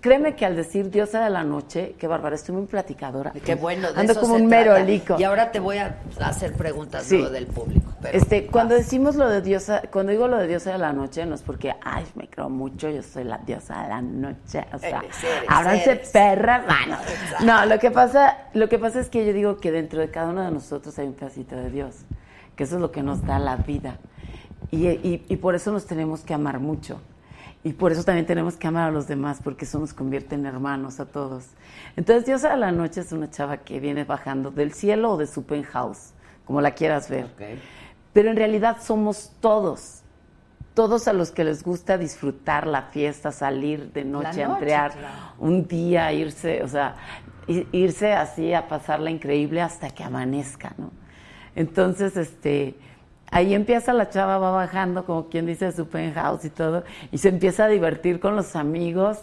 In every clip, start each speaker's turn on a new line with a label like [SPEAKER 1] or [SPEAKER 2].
[SPEAKER 1] Créeme que al decir diosa de la noche, qué bárbara, estoy muy platicadora.
[SPEAKER 2] Qué bueno, de
[SPEAKER 1] Ando
[SPEAKER 2] eso
[SPEAKER 1] como
[SPEAKER 2] se
[SPEAKER 1] un
[SPEAKER 2] trata.
[SPEAKER 1] merolico.
[SPEAKER 2] Y ahora te voy a hacer preguntas
[SPEAKER 1] Sí.
[SPEAKER 2] luego del público. pero
[SPEAKER 1] Este,
[SPEAKER 3] Ah.
[SPEAKER 1] cuando
[SPEAKER 2] vas.
[SPEAKER 1] decimos lo de diosa, cuando digo lo de diosa de la noche, no es porque, ay, me creo mucho, yo soy la diosa de la noche, o sea,
[SPEAKER 3] Eres, eres,
[SPEAKER 1] ábranse
[SPEAKER 3] eres.
[SPEAKER 1] perras, ah, no. No, lo que pasa, lo que pasa es que yo digo que dentro de cada uno de nosotros hay un pedacito de Dios, que eso es lo que nos da la vida. Y, y- y por eso nos tenemos que amar mucho. Y por eso también tenemos que amar a los demás, porque eso nos convierte en hermanos a todos. Entonces, Diosa de la Noche es una chava que viene bajando del cielo o de su penthouse, como la quieras ver. Pero en realidad somos todos. todos a los que les gusta disfrutar la fiesta, salir de noche,
[SPEAKER 2] noche,
[SPEAKER 1] a entrear
[SPEAKER 2] claro.
[SPEAKER 1] un día, irse, o sea, i- irse así a pasarla increíble hasta que amanezca, ¿no? Entonces, este, ahí empieza la chava, va bajando, como quien dice, de su penthouse y todo, y se empieza a divertir con los amigos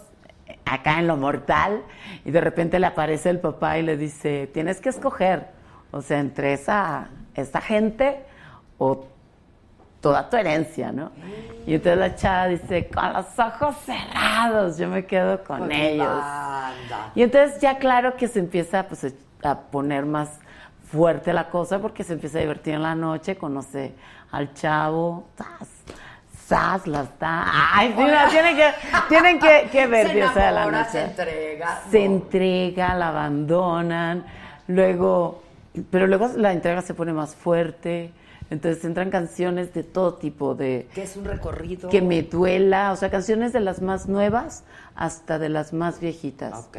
[SPEAKER 1] eh, acá en lo mortal, y de repente le aparece el papá y le dice, tienes que escoger, o sea, entre esa, esta gente o toda tu herencia, ¿no? Y entonces la chava dice, con los ojos cerrados, yo me quedo con,
[SPEAKER 3] Con
[SPEAKER 1] ellos.
[SPEAKER 3] banda.
[SPEAKER 1] Y entonces ya claro que se empieza pues, a poner más fuerte la cosa porque se empieza a divertir en la noche, conoce al chavo, ¡zas! ¡zas! las da. Ay, sí, no, tienen que, tienen que, que ver
[SPEAKER 3] se
[SPEAKER 1] Diosa de la
[SPEAKER 3] enamora,
[SPEAKER 1] noche
[SPEAKER 3] se entrega.
[SPEAKER 1] se
[SPEAKER 3] No.
[SPEAKER 1] entrega, la abandonan, luego, pero luego la entrega se pone más fuerte, entonces entran canciones de todo tipo, de
[SPEAKER 3] que es un recorrido.
[SPEAKER 1] que me duela, o sea, canciones de las más nuevas hasta de las más viejitas.
[SPEAKER 3] Ok.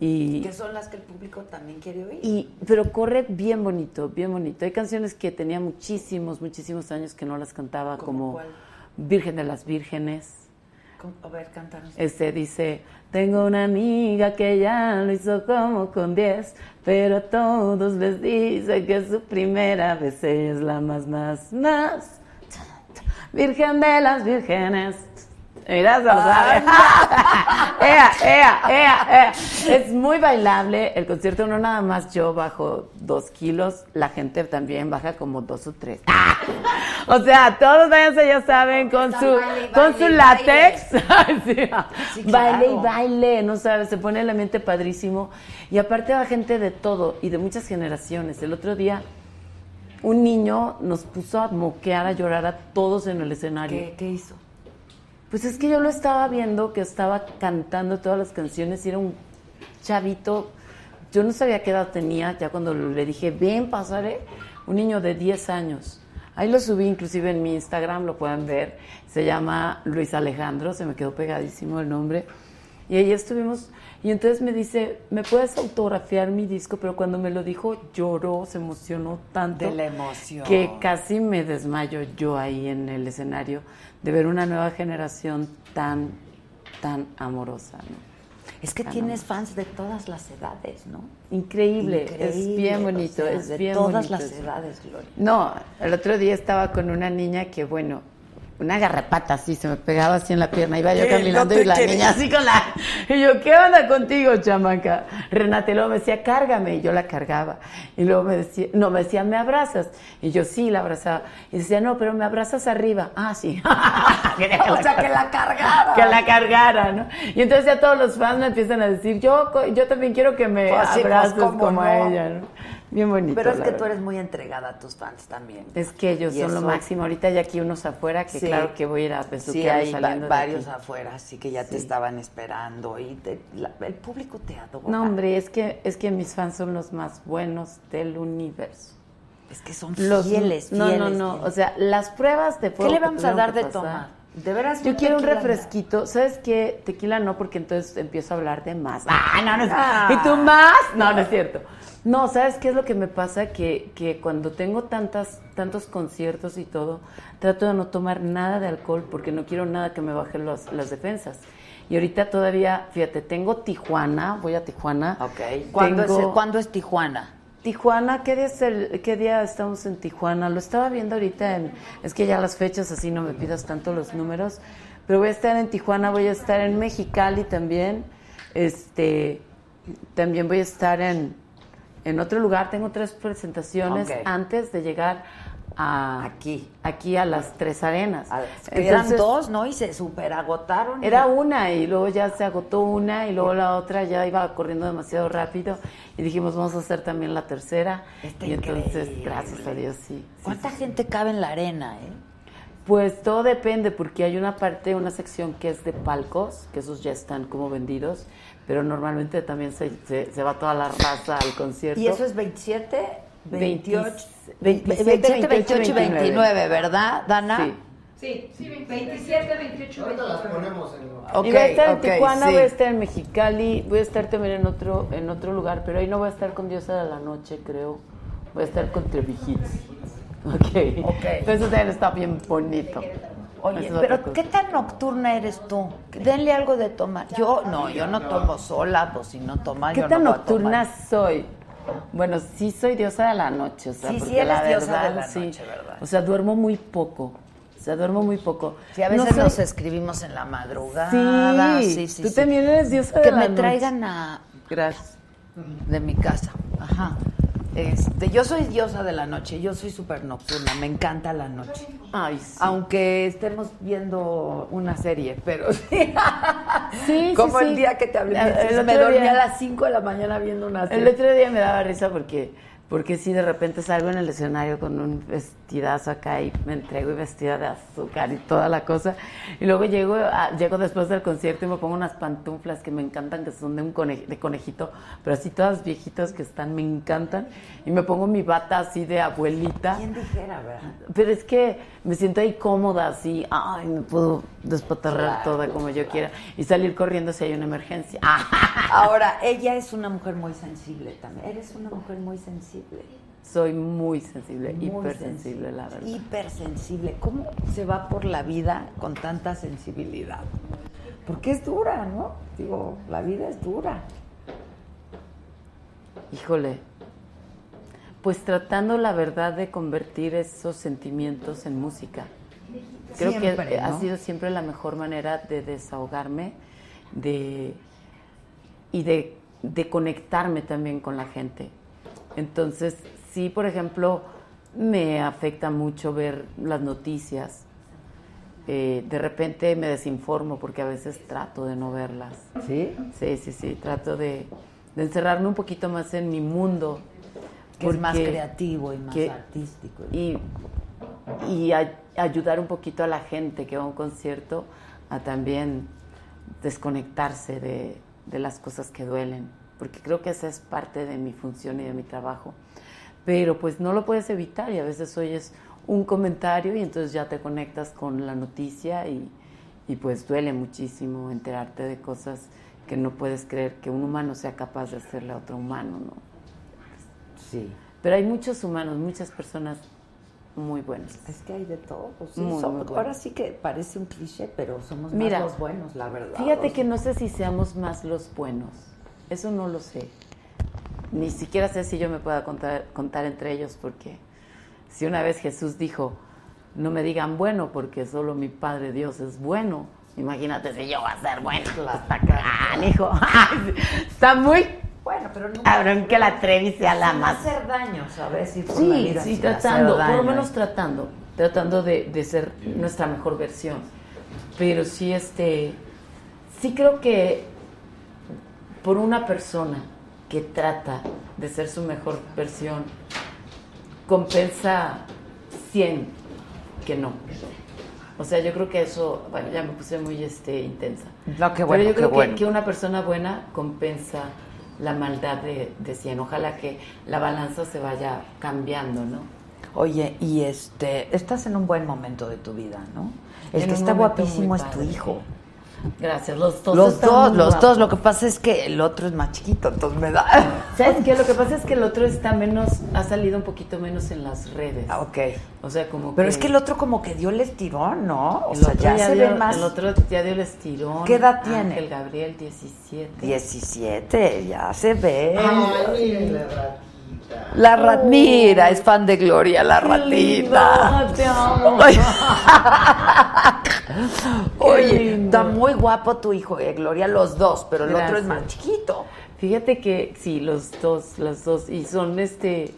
[SPEAKER 1] Y,
[SPEAKER 3] Que son las que el público también quiere oír.
[SPEAKER 1] y- pero corre bien bonito, bien bonito. Hay canciones que tenía muchísimos, muchísimos años que no las cantaba,
[SPEAKER 3] ¿Cómo
[SPEAKER 1] como
[SPEAKER 3] cuál?
[SPEAKER 1] Virgen de las Vírgenes.
[SPEAKER 3] Con- A ver, cántanos.
[SPEAKER 1] Este dice, tengo una amiga que ya lo hizo como con 10, pero a todos les dice que es su primera vez, ella es la más, más, más. Virgen de las vírgenes. Mira, se lo sabe. ea, ea, ea, ea. Es muy bailable el concierto, no nada más yo bajo dos kilos, la gente también baja como dos o tres. ¡Ah! O sea, todos váyanse, ya saben, con su,
[SPEAKER 3] baile y
[SPEAKER 1] con
[SPEAKER 3] baile
[SPEAKER 1] su
[SPEAKER 3] y
[SPEAKER 1] látex.
[SPEAKER 3] Sí,
[SPEAKER 1] Baile y
[SPEAKER 3] claro.
[SPEAKER 1] baile, no sabes, se pone el ambiente padrísimo. Y aparte va gente de todo y de muchas generaciones. El otro día un niño nos puso a moquear, a llorar a todos en el escenario.
[SPEAKER 3] ¿Qué, qué hizo?
[SPEAKER 1] Pues es que yo lo estaba viendo, que estaba cantando todas las canciones y era un chavito. Yo no sabía qué edad tenía, ya cuando le dije, ven, pasaré, un niño de 10 años. Ahí lo subí inclusive en mi Instagram, lo pueden ver. Se llama Luis Alejandro, se me quedó pegadísimo el nombre. Y ahí estuvimos, y entonces me dice, ¿me puedes autografiar mi disco? Pero cuando me lo dijo, lloró, se emocionó tanto.
[SPEAKER 3] De la emoción.
[SPEAKER 1] Que casi me desmayo yo ahí en el escenario de ver una nueva generación tan, tan amorosa. ¿no?
[SPEAKER 3] Es que
[SPEAKER 1] Ah, no.
[SPEAKER 3] tienes fans de todas las edades, ¿no?
[SPEAKER 1] Increíble, es
[SPEAKER 3] Increíble,
[SPEAKER 1] bien
[SPEAKER 3] o
[SPEAKER 1] bonito,
[SPEAKER 3] sea,
[SPEAKER 1] es
[SPEAKER 3] de
[SPEAKER 1] bien
[SPEAKER 3] todas
[SPEAKER 1] bonito
[SPEAKER 3] las
[SPEAKER 1] eso.
[SPEAKER 3] edades, Gloria.
[SPEAKER 1] No, el otro día estaba con una niña que, bueno, una garrapata así, se me pegaba así en la pierna. Iba yo
[SPEAKER 3] Eh,
[SPEAKER 1] caminando
[SPEAKER 3] no te
[SPEAKER 1] y la
[SPEAKER 3] quería.
[SPEAKER 1] niña así con la... Y yo, ¿qué onda contigo, chamaca? Renate luego me decía, cárgame. Y yo la cargaba. Y luego me decía, no, me decía, ¿me abrazas? Y yo, sí, la abrazaba. Y decía, no, pero me abrazas arriba. Ah, sí. Quería que
[SPEAKER 3] O
[SPEAKER 1] la
[SPEAKER 3] sea, que la cargaba.
[SPEAKER 1] que la cargara, ¿no? Y entonces ya todos los fans me empiezan a decir, yo, co- yo también quiero que me
[SPEAKER 3] Pues sí, pues,
[SPEAKER 1] abraces
[SPEAKER 3] ¿cómo
[SPEAKER 1] como a
[SPEAKER 3] no?
[SPEAKER 1] ella, ¿no? Bien bonito.
[SPEAKER 3] Pero es
[SPEAKER 1] la
[SPEAKER 3] que
[SPEAKER 1] verdad.
[SPEAKER 3] tú eres muy entregada a tus fans también.
[SPEAKER 1] Es que ellos
[SPEAKER 3] Y
[SPEAKER 1] son lo
[SPEAKER 3] eso-
[SPEAKER 1] máximo. Ahorita hay aquí unos afuera que
[SPEAKER 3] Sí.
[SPEAKER 1] claro que voy a ir a
[SPEAKER 3] Sí,
[SPEAKER 1] besuquear
[SPEAKER 3] hay va-
[SPEAKER 1] saliendo de
[SPEAKER 3] varios
[SPEAKER 1] aquí.
[SPEAKER 3] afuera, así que ya te estaban esperando y te- la- el público te adora.
[SPEAKER 1] No, hombre, es que, es que mis fans son los más buenos del universo.
[SPEAKER 3] Es que son
[SPEAKER 1] Los
[SPEAKER 3] fieles,
[SPEAKER 1] No, no,
[SPEAKER 3] fieles,
[SPEAKER 1] no.
[SPEAKER 3] fieles.
[SPEAKER 1] O sea, las pruebas de
[SPEAKER 3] ¿Qué
[SPEAKER 1] fuego
[SPEAKER 3] le
[SPEAKER 1] que
[SPEAKER 3] vamos a
[SPEAKER 1] tuvieron
[SPEAKER 3] dar
[SPEAKER 1] que
[SPEAKER 3] de
[SPEAKER 1] pasar.
[SPEAKER 3] tomar? De veras,
[SPEAKER 1] Yo quiero un
[SPEAKER 3] tequila,
[SPEAKER 1] refresquito. ¿Sabes qué? Tequila no, porque entonces empiezo a hablar de más. Ah, no, no es
[SPEAKER 3] Ah.
[SPEAKER 1] ¿Y tú más? No, no es cierto. No, ¿sabes qué es lo que me pasa? Que, que cuando tengo tantas, tantos conciertos y todo, trato de no tomar nada de alcohol porque no quiero nada que me baje los- las defensas. Y ahorita todavía, fíjate, tengo Tijuana, voy a Tijuana.
[SPEAKER 3] no. Ok. ¿Cuándo, es,
[SPEAKER 1] Tengo-
[SPEAKER 3] cuándo es Tijuana?
[SPEAKER 1] Tijuana, ¿qué día, es el- ¿qué día estamos en Tijuana? Lo estaba viendo ahorita, en, es que ya las fechas así no me pidas tanto los números, pero voy a estar en Tijuana, voy a estar en Mexicali también, este, también voy a estar en, en otro lugar, tengo tres presentaciones
[SPEAKER 3] Ok.
[SPEAKER 1] antes de llegar a
[SPEAKER 3] Aquí.
[SPEAKER 1] aquí a las tres arenas.
[SPEAKER 3] A- que eran
[SPEAKER 1] Ah, Entonces,
[SPEAKER 3] dos, ¿no? Y se superagotaron. y-
[SPEAKER 1] era una y luego ya se agotó una y luego la otra ya iba corriendo demasiado rápido y dijimos vamos a hacer también la tercera
[SPEAKER 3] Está
[SPEAKER 1] y entonces
[SPEAKER 3] increíble.
[SPEAKER 1] gracias a Dios sí. sí.
[SPEAKER 3] ¿Cuánta gente cabe en la arena, eh?
[SPEAKER 1] Pues todo depende porque hay una parte, una sección que es de palcos, que esos ya están como vendidos, pero normalmente también se, se- se va toda la raza al concierto.
[SPEAKER 3] Y eso es 27, 28,
[SPEAKER 1] 27,
[SPEAKER 3] 27, 28 y
[SPEAKER 1] 29.
[SPEAKER 3] 29, ¿verdad, Dana?
[SPEAKER 1] Sí.
[SPEAKER 4] Sí, 27, 28, 29.
[SPEAKER 3] Ok,
[SPEAKER 1] y voy a estar en
[SPEAKER 3] ok,
[SPEAKER 1] Tijuana,
[SPEAKER 3] sí.
[SPEAKER 1] voy a estar en Mexicali, voy a estar también en otro, en otro lugar, pero ahí no voy a estar con Diosa de la Noche, creo. Voy a estar con Trevijit. Ok.
[SPEAKER 3] Ok.
[SPEAKER 1] Entonces también está bien bonito. Esa
[SPEAKER 5] Oye,
[SPEAKER 1] es otra
[SPEAKER 5] pero
[SPEAKER 1] cosa.
[SPEAKER 5] ¿qué tan nocturna eres tú? Denle algo de tomar. Yo no, yo no tomo sola, pues si no toma
[SPEAKER 1] ¿Qué
[SPEAKER 5] yo
[SPEAKER 1] tan
[SPEAKER 5] no voy a tomar.
[SPEAKER 1] nocturna soy? Bueno, sí soy diosa de la noche, o sea,
[SPEAKER 5] Sí, sí
[SPEAKER 1] porque
[SPEAKER 5] eres
[SPEAKER 1] la
[SPEAKER 5] diosa
[SPEAKER 1] verdad,
[SPEAKER 5] de la
[SPEAKER 1] sí.
[SPEAKER 5] noche, ¿verdad?
[SPEAKER 1] O sea, duermo muy poco. O sea, duermo muy poco.
[SPEAKER 5] Sí, a veces
[SPEAKER 1] no
[SPEAKER 5] nos
[SPEAKER 1] soy-
[SPEAKER 5] escribimos en la madrugada.
[SPEAKER 1] Sí,
[SPEAKER 5] Sí, sí,
[SPEAKER 1] tú
[SPEAKER 5] sí.
[SPEAKER 1] también eres diosa de
[SPEAKER 5] Que
[SPEAKER 1] la
[SPEAKER 5] me
[SPEAKER 1] noche.
[SPEAKER 5] traigan a
[SPEAKER 1] Gracias.
[SPEAKER 5] de mi casa. Ajá.
[SPEAKER 3] Este, yo soy diosa de la noche, yo soy súper nocturna, me encanta la noche.
[SPEAKER 1] Ay, sí.
[SPEAKER 3] Aunque estemos viendo una serie, pero sí.
[SPEAKER 1] sí,
[SPEAKER 3] Como
[SPEAKER 1] sí,
[SPEAKER 3] el
[SPEAKER 1] sí.
[SPEAKER 3] día que te hablé,
[SPEAKER 1] Ah, el
[SPEAKER 3] me
[SPEAKER 1] otro
[SPEAKER 3] dormí
[SPEAKER 1] día.
[SPEAKER 3] a las 5 de la mañana viendo una
[SPEAKER 1] El
[SPEAKER 3] serie.
[SPEAKER 1] otro día me daba risa porque, porque sí, de repente salgo en el escenario con un vestidazo acá y me entrego y vestida de azúcar y toda la cosa. Y luego llego, a- llego después del concierto y me pongo unas pantuflas que me encantan, que son de un conej- de conejito, pero así todas viejitas que están, me encantan. Y me pongo mi bata así de abuelita.
[SPEAKER 3] ¿Quién dijera, verdad?
[SPEAKER 1] Pero es que me siento ahí cómoda, así, ay, me puedo despatarrar toda como yo quiera y salir corriendo si hay una emergencia. Ah,
[SPEAKER 3] Ahora, ella es una mujer muy sensible también. Eres una mujer muy sensible.
[SPEAKER 1] Soy muy sensible,
[SPEAKER 3] muy
[SPEAKER 1] hipersensible, la verdad.
[SPEAKER 3] Hipersensible. ¿Cómo se va por la vida con tanta sensibilidad? Porque es dura, ¿no? Digo, la vida es dura.
[SPEAKER 1] Híjole. Pues tratando la verdad de convertir esos sentimientos en música. Creo que
[SPEAKER 3] Siempre,
[SPEAKER 1] ha
[SPEAKER 3] ¿no?
[SPEAKER 1] sido siempre la mejor manera de desahogarme de, y de, de conectarme también con la gente. Entonces, sí, por ejemplo, me afecta mucho ver las noticias. Eh, de repente me desinformo porque a veces trato de no verlas.
[SPEAKER 3] ¿Sí?
[SPEAKER 1] Sí, sí, sí. Trato de, de encerrarme un poquito más en mi mundo.
[SPEAKER 3] Que es más
[SPEAKER 1] porque-
[SPEAKER 3] creativo y más
[SPEAKER 1] que-
[SPEAKER 3] artístico.
[SPEAKER 1] Y, y ay- ayudar un poquito a la gente que va a un concierto a también desconectarse de, de las cosas que duelen. Porque creo que esa es parte de mi función y de mi trabajo. Pero pues no lo puedes evitar y a veces oyes un comentario y entonces ya te conectas con la noticia y, y pues duele muchísimo enterarte de cosas que no puedes creer que un humano sea capaz de hacerle a otro humano, ¿no?
[SPEAKER 3] Sí.
[SPEAKER 1] Pero hay muchos humanos, muchas personas muy buenas.
[SPEAKER 3] Es que hay de todo. pues, sí,
[SPEAKER 1] Muy,
[SPEAKER 3] somos-
[SPEAKER 1] muy bueno.
[SPEAKER 3] Ahora sí que parece un cliché, pero somos
[SPEAKER 1] Mira,
[SPEAKER 3] más los buenos, la verdad.
[SPEAKER 1] Fíjate
[SPEAKER 3] O
[SPEAKER 1] que
[SPEAKER 3] sea,
[SPEAKER 1] no sé si seamos más los buenos. Eso no lo sé. Ni siquiera sé si yo me pueda contar, contar entre ellos, porque si una vez Jesús dijo, no me digan bueno, porque solo mi Padre Dios es bueno. Imagínate si yo voy a ser bueno. Está cabrón, hijo. Está muy
[SPEAKER 3] Bueno, pero no
[SPEAKER 1] cabrón que la Trevi sea la más
[SPEAKER 3] hacer daño, ¿sabes? Ir por la
[SPEAKER 1] Sí,
[SPEAKER 3] vida
[SPEAKER 1] sí,
[SPEAKER 3] sin
[SPEAKER 1] tratando,
[SPEAKER 3] hacer
[SPEAKER 1] por lo
[SPEAKER 3] daño.
[SPEAKER 1] menos tratando, tratando de, de ser nuestra mejor versión. Pero sí, este, sí creo que por una persona que trata de ser su mejor versión, compensa 100 que no. O sea, yo creo que eso, bueno, ya me puse muy este, intensa.
[SPEAKER 3] No, qué bueno,
[SPEAKER 1] Pero yo
[SPEAKER 3] qué
[SPEAKER 1] creo que-
[SPEAKER 3] bueno.
[SPEAKER 1] que, una persona buena compensa la maldad de, de 100. Ojalá que la balanza se vaya cambiando, ¿no?
[SPEAKER 3] Oye, y este, estás en un buen momento de tu vida, ¿no? El
[SPEAKER 1] En
[SPEAKER 3] que
[SPEAKER 1] un
[SPEAKER 3] está
[SPEAKER 1] momento
[SPEAKER 3] guapísimo
[SPEAKER 1] muy
[SPEAKER 3] es tu
[SPEAKER 1] padre.
[SPEAKER 3] hijo.
[SPEAKER 1] Gracias, los dos.
[SPEAKER 3] los
[SPEAKER 1] están
[SPEAKER 3] dos,
[SPEAKER 1] muy
[SPEAKER 3] los
[SPEAKER 1] guapos.
[SPEAKER 3] dos. Lo que pasa es que el otro es más chiquito, entonces me da.
[SPEAKER 1] ¿Sabes qué? Lo que pasa es que el otro está menos, ha salido un poquito menos en las redes.
[SPEAKER 3] Ah, ok.
[SPEAKER 1] O sea, como
[SPEAKER 3] Pero es que el otro como que dio el estirón, ¿no? O
[SPEAKER 1] el
[SPEAKER 3] sea,
[SPEAKER 1] otro
[SPEAKER 3] ya, se
[SPEAKER 1] dio-
[SPEAKER 3] ve más.
[SPEAKER 1] El otro ya dio el estirón.
[SPEAKER 3] ¿Qué edad tiene?
[SPEAKER 1] Ángel Gabriel, 17.
[SPEAKER 3] 17, ya se ve.
[SPEAKER 6] la ratita.
[SPEAKER 3] La rat, mira, es fan de Gloria, la ratita.
[SPEAKER 1] Te amo.
[SPEAKER 3] Oye,
[SPEAKER 1] lindo.
[SPEAKER 3] está muy guapo tu hijo, eh, Gloria, los dos, pero el otro
[SPEAKER 1] Gracias.
[SPEAKER 3] es más chiquito.
[SPEAKER 1] Fíjate que sí, los dos, los dos, y son este,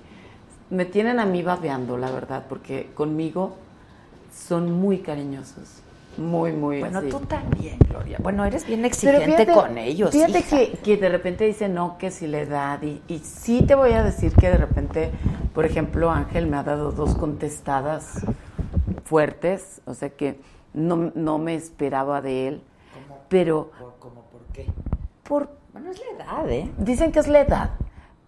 [SPEAKER 1] me tienen a mí babeando, la verdad, porque conmigo son muy cariñosos, muy, muy
[SPEAKER 3] Bueno,
[SPEAKER 1] así.
[SPEAKER 3] tú también, Gloria. Bueno, eres bien exigente
[SPEAKER 1] fíjate-
[SPEAKER 3] con ellos.
[SPEAKER 1] Fíjate
[SPEAKER 3] hija.
[SPEAKER 1] que, que de repente dice no, que si la edad. Y, y sí te voy a decir que de repente, por ejemplo, Ángel me ha dado dos contestadas fuertes, o sea que no, no me esperaba de él. Pero. ¿Cómo? ¿Por qué? Por,
[SPEAKER 3] Bueno, es la edad, ¿eh?
[SPEAKER 1] Dicen que es la edad,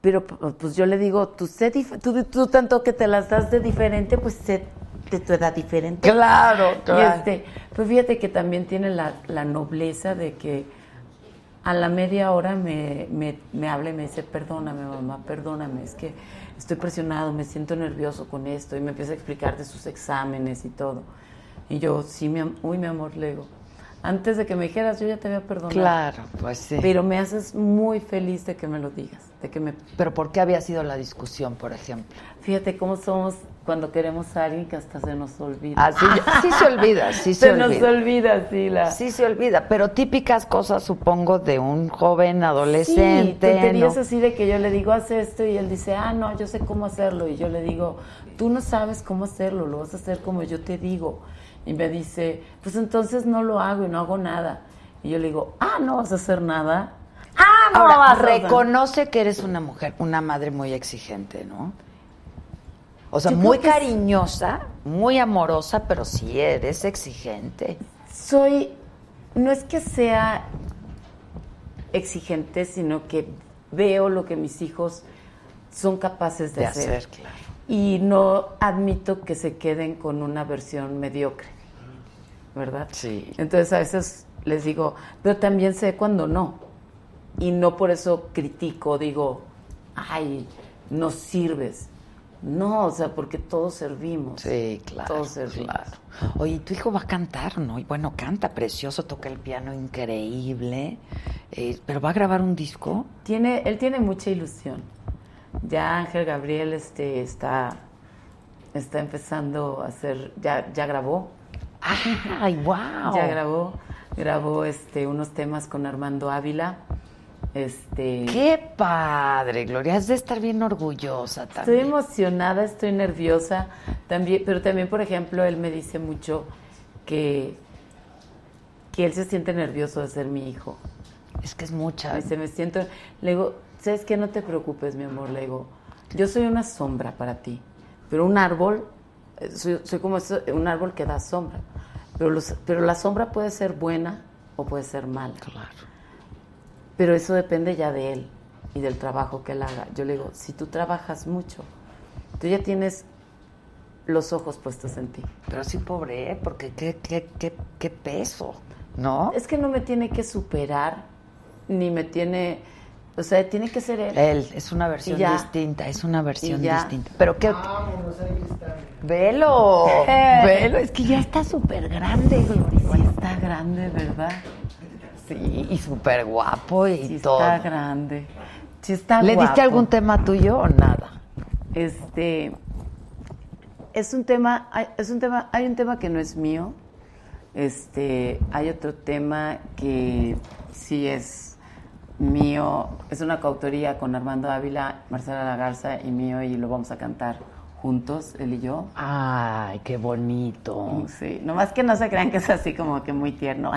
[SPEAKER 1] pero p- pues yo le digo, tú, sé dif- tú, tú tanto que te las das de diferente, pues sé de tu edad diferente.
[SPEAKER 3] Claro,
[SPEAKER 1] Y este, pues fíjate que también tiene la, la nobleza de que a la media hora me, me, me habla y me dice, perdóname mamá, perdóname, es que estoy presionado, me siento nervioso con esto, y me empieza a explicar de sus exámenes y todo. Y yo, sí, mi, am- uy, mi amor, le digo, antes de que me dijeras, yo ya te había perdonado.
[SPEAKER 3] Claro, pues sí. Pero,
[SPEAKER 1] Pero me haces muy feliz de que me lo digas, de que me...
[SPEAKER 3] ¿por qué había sido la discusión, por ejemplo?
[SPEAKER 1] Fíjate cómo somos cuando queremos a alguien que hasta se nos olvida. Ah,
[SPEAKER 3] Así, Ah, sí se olvida, sí se,
[SPEAKER 1] se nos
[SPEAKER 3] olvida.
[SPEAKER 1] olvida, sí, la...
[SPEAKER 3] Sí se olvida, pero típicas cosas, supongo, de un joven
[SPEAKER 1] Sí,
[SPEAKER 3] adolescente.
[SPEAKER 1] tonterías
[SPEAKER 3] ¿no?
[SPEAKER 1] así de que yo le digo, haz esto, y él dice, ah, no, yo sé cómo hacerlo. Y yo le digo, tú no sabes cómo hacerlo, lo vas a hacer como yo te digo. Y me dice, pues entonces no lo hago y no hago nada. Y yo le digo, ah, no vas a hacer nada. Ah, no
[SPEAKER 3] Ahora,
[SPEAKER 1] vas a hacer nada".
[SPEAKER 3] reconoce que eres una mujer, una madre muy exigente, ¿no? O sea,
[SPEAKER 1] Yo creo
[SPEAKER 3] muy
[SPEAKER 1] que sí.
[SPEAKER 3] cariñosa, muy amorosa, pero sí eres exigente.
[SPEAKER 1] soy, no es que sea exigente, sino que veo lo que mis hijos son capaces de,
[SPEAKER 3] De hacer, claro.
[SPEAKER 1] Y no admito que se queden con una versión mediocre, ¿verdad?
[SPEAKER 3] Sí.
[SPEAKER 1] Entonces a veces les digo, pero también sé cuando no. Y no por eso critico, digo, ay, no sirves. No, o sea, porque todos servimos.
[SPEAKER 3] Sí, claro.
[SPEAKER 1] Todos servimos.
[SPEAKER 3] claro. Oye, tu hijo va a cantar, ¿no? Y bueno, canta precioso, toca el piano increíble, eh, pero va a grabar un disco.
[SPEAKER 1] tiene, él tiene mucha ilusión. Ya Ángel Gabriel este, está, está empezando a hacer, ya, ya grabó,
[SPEAKER 3] ¡Ay, wow!
[SPEAKER 1] ya grabó, grabó este, unos temas con Armando Ávila. Este,
[SPEAKER 3] ¡Qué padre, Gloria! Has de estar bien orgullosa
[SPEAKER 1] Estoy
[SPEAKER 3] también.
[SPEAKER 1] emocionada, estoy nerviosa, también, pero también, por ejemplo, él me dice mucho que, que él se siente nervioso de ser mi hijo.
[SPEAKER 3] Es que es mucha.
[SPEAKER 1] Ay, se me siento. Le digo, ¿sabes qué? No te preocupes, mi amor. Le digo, yo soy una sombra para ti, pero un árbol, eh, soy, soy como eso, un árbol que da sombra. Pero, los- pero la sombra puede ser buena o puede ser mala.
[SPEAKER 3] Claro.
[SPEAKER 1] Pero eso depende ya de él y del trabajo que él haga. Yo le digo, si tú trabajas mucho, tú ya tienes los ojos puestos en ti.
[SPEAKER 3] Pero sí, pobre, ¿eh? porque qué, qué, qué, qué peso, ¿no?
[SPEAKER 1] Es que no me tiene que superar, ni me tiene, o sea, tiene que ser él.
[SPEAKER 3] Él, es una versión
[SPEAKER 1] Y ya.
[SPEAKER 3] distinta, es una versión
[SPEAKER 1] Y ya.
[SPEAKER 3] distinta. Pero qué.
[SPEAKER 7] Vámonos, Ah, ahí está.
[SPEAKER 3] ¡Velo!
[SPEAKER 1] Eh.
[SPEAKER 3] ¡Velo! Es que ya está súper grande, Gloria.
[SPEAKER 1] Sí está grande, ¿verdad?
[SPEAKER 3] Sí, y súper guapo y
[SPEAKER 1] Sí
[SPEAKER 3] todo.
[SPEAKER 1] está grande. Sí está
[SPEAKER 3] ¿Le diste
[SPEAKER 1] guapo.
[SPEAKER 3] algún tema tuyo o nada?
[SPEAKER 1] Este es un tema, hay- es un tema, hay un tema que no es mío. Este, hay otro tema que sí es mío, es una coautoría con Armando Ávila, Marcela Lagarza y mío y lo vamos a cantar juntos, él y yo.
[SPEAKER 3] ¡Ay, qué bonito!
[SPEAKER 1] Sí, nomás que no se crean que es así como que muy tierno.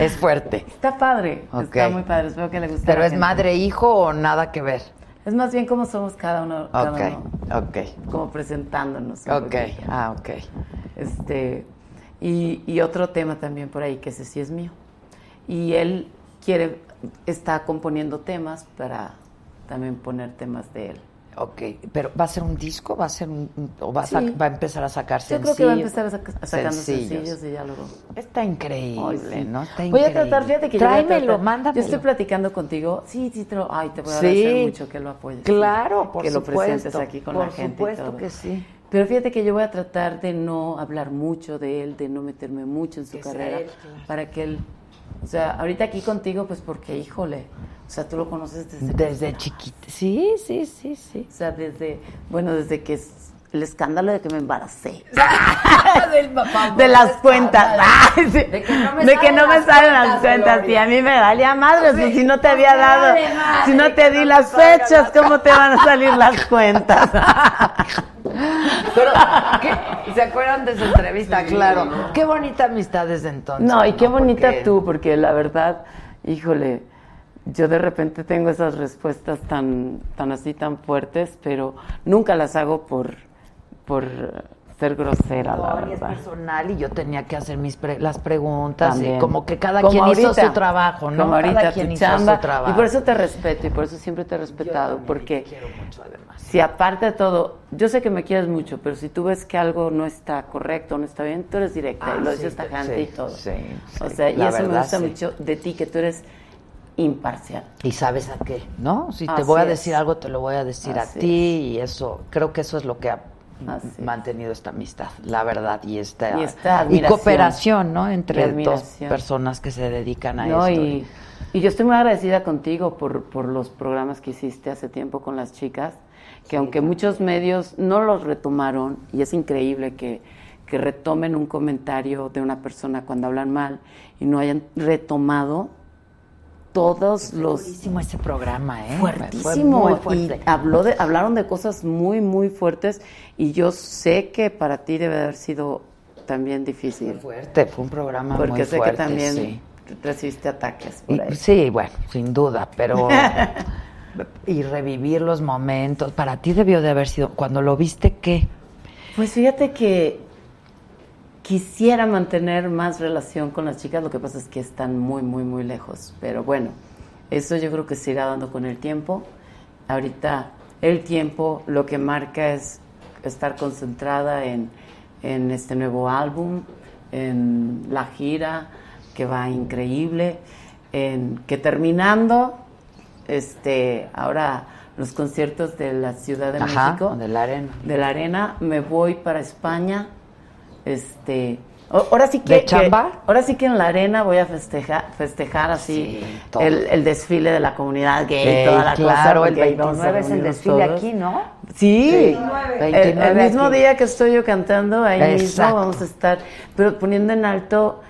[SPEAKER 3] Es fuerte.
[SPEAKER 1] Está padre, está
[SPEAKER 3] Ok.
[SPEAKER 1] muy padre, espero que le guste. a
[SPEAKER 3] ¿Pero
[SPEAKER 1] la
[SPEAKER 3] es
[SPEAKER 1] gente.
[SPEAKER 3] madre-hijo o nada que ver?
[SPEAKER 1] Es más bien como somos cada uno, cada
[SPEAKER 3] Ok,
[SPEAKER 1] uno,
[SPEAKER 3] ok,
[SPEAKER 1] como presentándonos. un
[SPEAKER 3] ok.
[SPEAKER 1] poquito.
[SPEAKER 3] Ah, ok.
[SPEAKER 1] Este, y, y otro tema también por ahí, que ese sí es mío. Y él quiere, está componiendo temas para también poner temas de él.
[SPEAKER 3] Ok, pero ¿va a ser un disco? ¿Va a ser un, un- o va a, sac-
[SPEAKER 1] Sí.
[SPEAKER 3] va a empezar a sacar
[SPEAKER 1] Yo
[SPEAKER 3] sencillos?
[SPEAKER 1] creo que va a empezar a sac- a sacando sencillos, y ya luego.
[SPEAKER 3] Está increíble,
[SPEAKER 1] Ay, sí.
[SPEAKER 3] ¿no? Está
[SPEAKER 1] voy
[SPEAKER 3] increíble.
[SPEAKER 1] a tratar, fíjate que yo voy a
[SPEAKER 3] Tráemelo,
[SPEAKER 1] tratar-
[SPEAKER 3] mándamelo.
[SPEAKER 1] Yo estoy platicando contigo. Sí, sí, te lo- ay, te voy a
[SPEAKER 3] Sí.
[SPEAKER 1] agradecer mucho que lo apoyes.
[SPEAKER 3] Claro, por
[SPEAKER 1] Que lo
[SPEAKER 3] supuesto,
[SPEAKER 1] presentes aquí con la
[SPEAKER 3] por
[SPEAKER 1] gente. y
[SPEAKER 3] supuesto
[SPEAKER 1] todo.
[SPEAKER 3] que sí.
[SPEAKER 1] Pero fíjate que yo voy a tratar de no hablar mucho de él, de no meterme mucho en su carrera, para que él, o sea, ahorita aquí contigo, pues porque, híjole, o sea, tú lo conoces desde,
[SPEAKER 3] Desde chiquita. Sí, sí, sí, sí.
[SPEAKER 1] o sea, desde, bueno, desde que es- el escándalo de que me embaracé,
[SPEAKER 4] Del papá.
[SPEAKER 1] de las cuentas, Ay, sí. de
[SPEAKER 4] que no me
[SPEAKER 1] que
[SPEAKER 4] salen
[SPEAKER 1] no me
[SPEAKER 4] las
[SPEAKER 1] salen las
[SPEAKER 4] cuentas,
[SPEAKER 1] cuentas, y
[SPEAKER 4] Gloria.
[SPEAKER 1] a mí me valía madre, pues, si no te había
[SPEAKER 4] me
[SPEAKER 1] dado,
[SPEAKER 4] vale madre
[SPEAKER 1] si no
[SPEAKER 4] que
[SPEAKER 1] te di
[SPEAKER 4] no me
[SPEAKER 1] las
[SPEAKER 4] salgan
[SPEAKER 1] fechas, ¿cómo te van a salir las cuentas?
[SPEAKER 3] Pero, ¿qué? ¿se acuerdan de esa entrevista? claro. Qué bonita amistad desde entonces.
[SPEAKER 1] No, y qué bonita
[SPEAKER 3] Porque-
[SPEAKER 1] tú, porque la verdad, híjole, yo de repente tengo esas respuestas tan, tan así, tan fuertes, pero nunca las hago por, por ser grosera,
[SPEAKER 3] No,
[SPEAKER 1] la
[SPEAKER 3] y es
[SPEAKER 1] verdad.
[SPEAKER 3] personal y yo tenía que hacer mis pre- las preguntas y
[SPEAKER 1] También.
[SPEAKER 3] como que cada
[SPEAKER 1] Como
[SPEAKER 3] quien hizo
[SPEAKER 1] ahorita,
[SPEAKER 3] su trabajo, ¿no?
[SPEAKER 1] Como ahorita
[SPEAKER 3] cada quien
[SPEAKER 1] tu
[SPEAKER 3] hizo
[SPEAKER 1] chamba,
[SPEAKER 3] su trabajo.
[SPEAKER 1] Y por eso te respeto y por eso siempre te he respetado, porque
[SPEAKER 3] quiero mucho además.
[SPEAKER 1] si aparte de todo, yo sé que me quieres mucho, pero si tú ves que algo no está correcto, no está bien, tú eres directa
[SPEAKER 3] Ah,
[SPEAKER 1] y lo
[SPEAKER 3] sí,
[SPEAKER 1] dices tajante
[SPEAKER 3] sí,
[SPEAKER 1] y todo.
[SPEAKER 3] sí, sí,
[SPEAKER 1] o sea, y
[SPEAKER 3] la
[SPEAKER 1] eso me
[SPEAKER 3] verdad,
[SPEAKER 1] gusta
[SPEAKER 3] sí.
[SPEAKER 1] mucho de ti, que tú eres imparcial.
[SPEAKER 3] Y sabes a qué, ¿no? Si te
[SPEAKER 1] Así
[SPEAKER 3] voy a
[SPEAKER 1] es.
[SPEAKER 3] decir algo, te lo voy a decir
[SPEAKER 1] Así
[SPEAKER 3] a ti y eso, creo que eso es lo que ha
[SPEAKER 1] Así es.
[SPEAKER 3] mantenido esta amistad, la verdad, y esta,
[SPEAKER 1] Y esta admiración.
[SPEAKER 3] cooperación, ¿no? Entre
[SPEAKER 1] Y
[SPEAKER 3] dos
[SPEAKER 1] admiración.
[SPEAKER 3] personas que se dedican a
[SPEAKER 1] No,
[SPEAKER 3] esto.
[SPEAKER 1] y, y yo estoy muy agradecida contigo por, por los programas que hiciste hace tiempo con las chicas, que aunque muchos medios no los retomaron, y es increíble que, que retomen un comentario de una persona cuando hablan mal y no hayan retomado todos
[SPEAKER 3] Este
[SPEAKER 1] los
[SPEAKER 3] Buenísimo ese programa, ¿eh?
[SPEAKER 1] fuertísimo
[SPEAKER 3] Fue muy
[SPEAKER 1] y
[SPEAKER 3] fuerte.
[SPEAKER 1] habló de, hablaron de cosas muy muy fuertes y yo sé que para ti debe de haber sido también
[SPEAKER 3] Muy
[SPEAKER 1] difícil
[SPEAKER 3] fuerte, fue un programa muy
[SPEAKER 1] porque sé
[SPEAKER 3] fuerte,
[SPEAKER 1] que también
[SPEAKER 3] sí.
[SPEAKER 1] recibiste ataques por
[SPEAKER 3] Y-
[SPEAKER 1] ahí.
[SPEAKER 3] sí, bueno, sin duda, pero y revivir los momentos, para ti debió de haber sido cuando lo viste qué?
[SPEAKER 1] Pues fíjate que quisiera mantener más relación con las chicas, lo que pasa es que están muy, muy, muy lejos. Pero bueno, eso yo creo que se irá dando con el tiempo. Ahorita el tiempo lo que marca es estar concentrada en, en este nuevo álbum, en la gira, que va increíble, en que terminando, este, ahora los conciertos de la Ciudad de
[SPEAKER 3] Ajá,
[SPEAKER 1] México
[SPEAKER 3] de la arena.
[SPEAKER 1] de la arena, me voy para España. Este, o- ahora sí que,
[SPEAKER 3] ¿De
[SPEAKER 1] que-
[SPEAKER 3] chamba?
[SPEAKER 1] ahora sí que en la arena voy a festejar, festejar así
[SPEAKER 3] Sí, todo.
[SPEAKER 1] el, el desfile de la comunidad gay,
[SPEAKER 3] Sí,
[SPEAKER 1] toda la cosa,
[SPEAKER 3] claro, el
[SPEAKER 1] porque ahí vamos a
[SPEAKER 3] 29 es el
[SPEAKER 1] reunirnos
[SPEAKER 3] desfile
[SPEAKER 1] todos.
[SPEAKER 3] aquí, ¿no?
[SPEAKER 1] Sí, el- el,
[SPEAKER 3] 29
[SPEAKER 1] mismo
[SPEAKER 3] aquí.
[SPEAKER 1] día que estoy yo cantando, ahí
[SPEAKER 3] Exacto.
[SPEAKER 1] mismo vamos a estar, pero poniendo en alto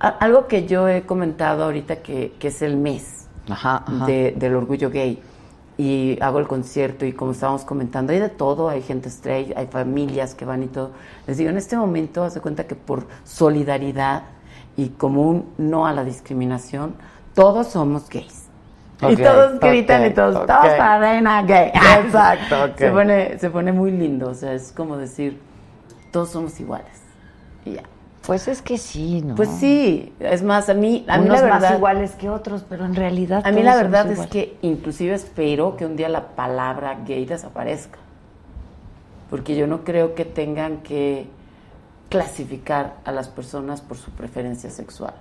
[SPEAKER 1] a- algo que yo he comentado ahorita que, que es el mes
[SPEAKER 3] Ajá, ajá.
[SPEAKER 1] de- del orgullo gay. Y hago el concierto y como estábamos comentando, hay de todo, hay gente straight, hay familias que van y todo. Les digo, en este momento, hace cuenta que por solidaridad y como un no a la discriminación, todos somos gays.
[SPEAKER 3] Ok,
[SPEAKER 1] y todos gritan
[SPEAKER 3] ok,
[SPEAKER 1] y todos,
[SPEAKER 3] ok.
[SPEAKER 1] todos para arena gay.
[SPEAKER 3] Exacto, ok.
[SPEAKER 1] Se pone, se pone muy lindo, o sea, es como decir, todos somos iguales. Y ya.
[SPEAKER 3] Pues es que sí, ¿no?
[SPEAKER 1] Pues sí, es más, a mí, a mí la
[SPEAKER 3] Unos
[SPEAKER 1] verdad...
[SPEAKER 3] más iguales que otros, pero en realidad
[SPEAKER 1] A mí
[SPEAKER 3] todos
[SPEAKER 1] la
[SPEAKER 3] somos
[SPEAKER 1] verdad es
[SPEAKER 3] iguales.
[SPEAKER 1] que inclusive espero que un día la palabra gay desaparezca. Porque yo no creo que tengan que clasificar a las personas por su preferencia sexual.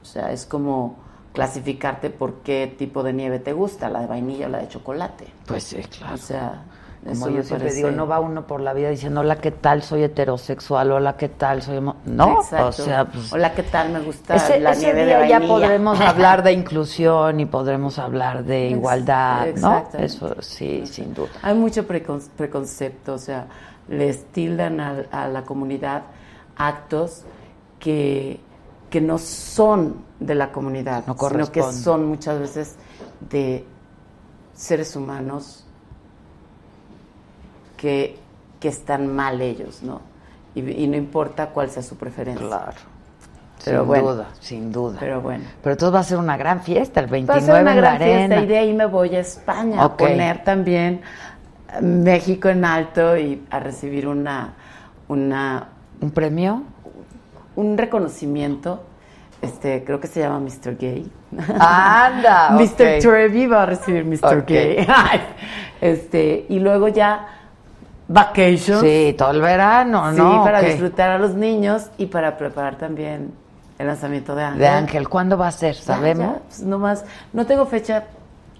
[SPEAKER 1] O sea, es como clasificarte por qué tipo de nieve te gusta, la de vainilla o la de chocolate.
[SPEAKER 3] pues sí, claro.
[SPEAKER 1] O sea,
[SPEAKER 3] Como
[SPEAKER 1] eso
[SPEAKER 3] yo
[SPEAKER 1] me
[SPEAKER 3] siempre
[SPEAKER 1] parece-
[SPEAKER 3] digo, no va uno por la vida diciendo, hola, ¿qué tal? Soy heterosexual, hola, ¿qué tal? Soy... homo-". No,
[SPEAKER 1] Exacto.
[SPEAKER 3] o sea, pues...
[SPEAKER 1] Hola, ¿qué tal? Me gusta
[SPEAKER 3] Ese,
[SPEAKER 1] la
[SPEAKER 3] ese
[SPEAKER 1] nieve de
[SPEAKER 3] día
[SPEAKER 1] vainilla.
[SPEAKER 3] ya podremos hablar de inclusión y podremos hablar de
[SPEAKER 1] Ex-
[SPEAKER 3] igualdad, ¿no?
[SPEAKER 1] exactamente.
[SPEAKER 3] Eso sí, sin duda.
[SPEAKER 1] Hay mucho precon- preconcepto, o sea, les tildan al- a, la comunidad actos que, que no son de la comunidad,
[SPEAKER 3] No
[SPEAKER 1] sino que
[SPEAKER 3] corresponden.
[SPEAKER 1] son muchas veces de seres humanos que, que están mal ellos, ¿no? Y, y no importa cuál sea su preferencia.
[SPEAKER 3] Claro.
[SPEAKER 1] Pero
[SPEAKER 3] sin
[SPEAKER 1] bueno.
[SPEAKER 3] duda, sin duda.
[SPEAKER 1] Pero bueno.
[SPEAKER 3] Pero entonces va a ser una gran fiesta el 29
[SPEAKER 1] Va a ser una
[SPEAKER 3] en la
[SPEAKER 1] gran fiesta
[SPEAKER 3] arena.
[SPEAKER 1] y de ahí me voy a España
[SPEAKER 3] Ok.
[SPEAKER 1] a poner también eh, México en alto y a recibir una, una
[SPEAKER 3] ¿Un premio?
[SPEAKER 1] un reconocimiento. Este, creo que se llama Mr. Gay.
[SPEAKER 3] Anda,
[SPEAKER 1] Mr.
[SPEAKER 3] Ah, ok.
[SPEAKER 1] Trevi va a recibir Mr.
[SPEAKER 3] Ok.
[SPEAKER 1] Gay. este, y luego ya vacation.
[SPEAKER 3] Sí, todo el verano, ¿no?
[SPEAKER 1] para
[SPEAKER 3] Ok.
[SPEAKER 1] disfrutar a los niños y para preparar también el lanzamiento de Ángel.
[SPEAKER 3] De Ángel, ¿cuándo va a ser?
[SPEAKER 1] Ya,
[SPEAKER 3] ¿Sabemos?
[SPEAKER 1] ya, pues, no más. No tengo fecha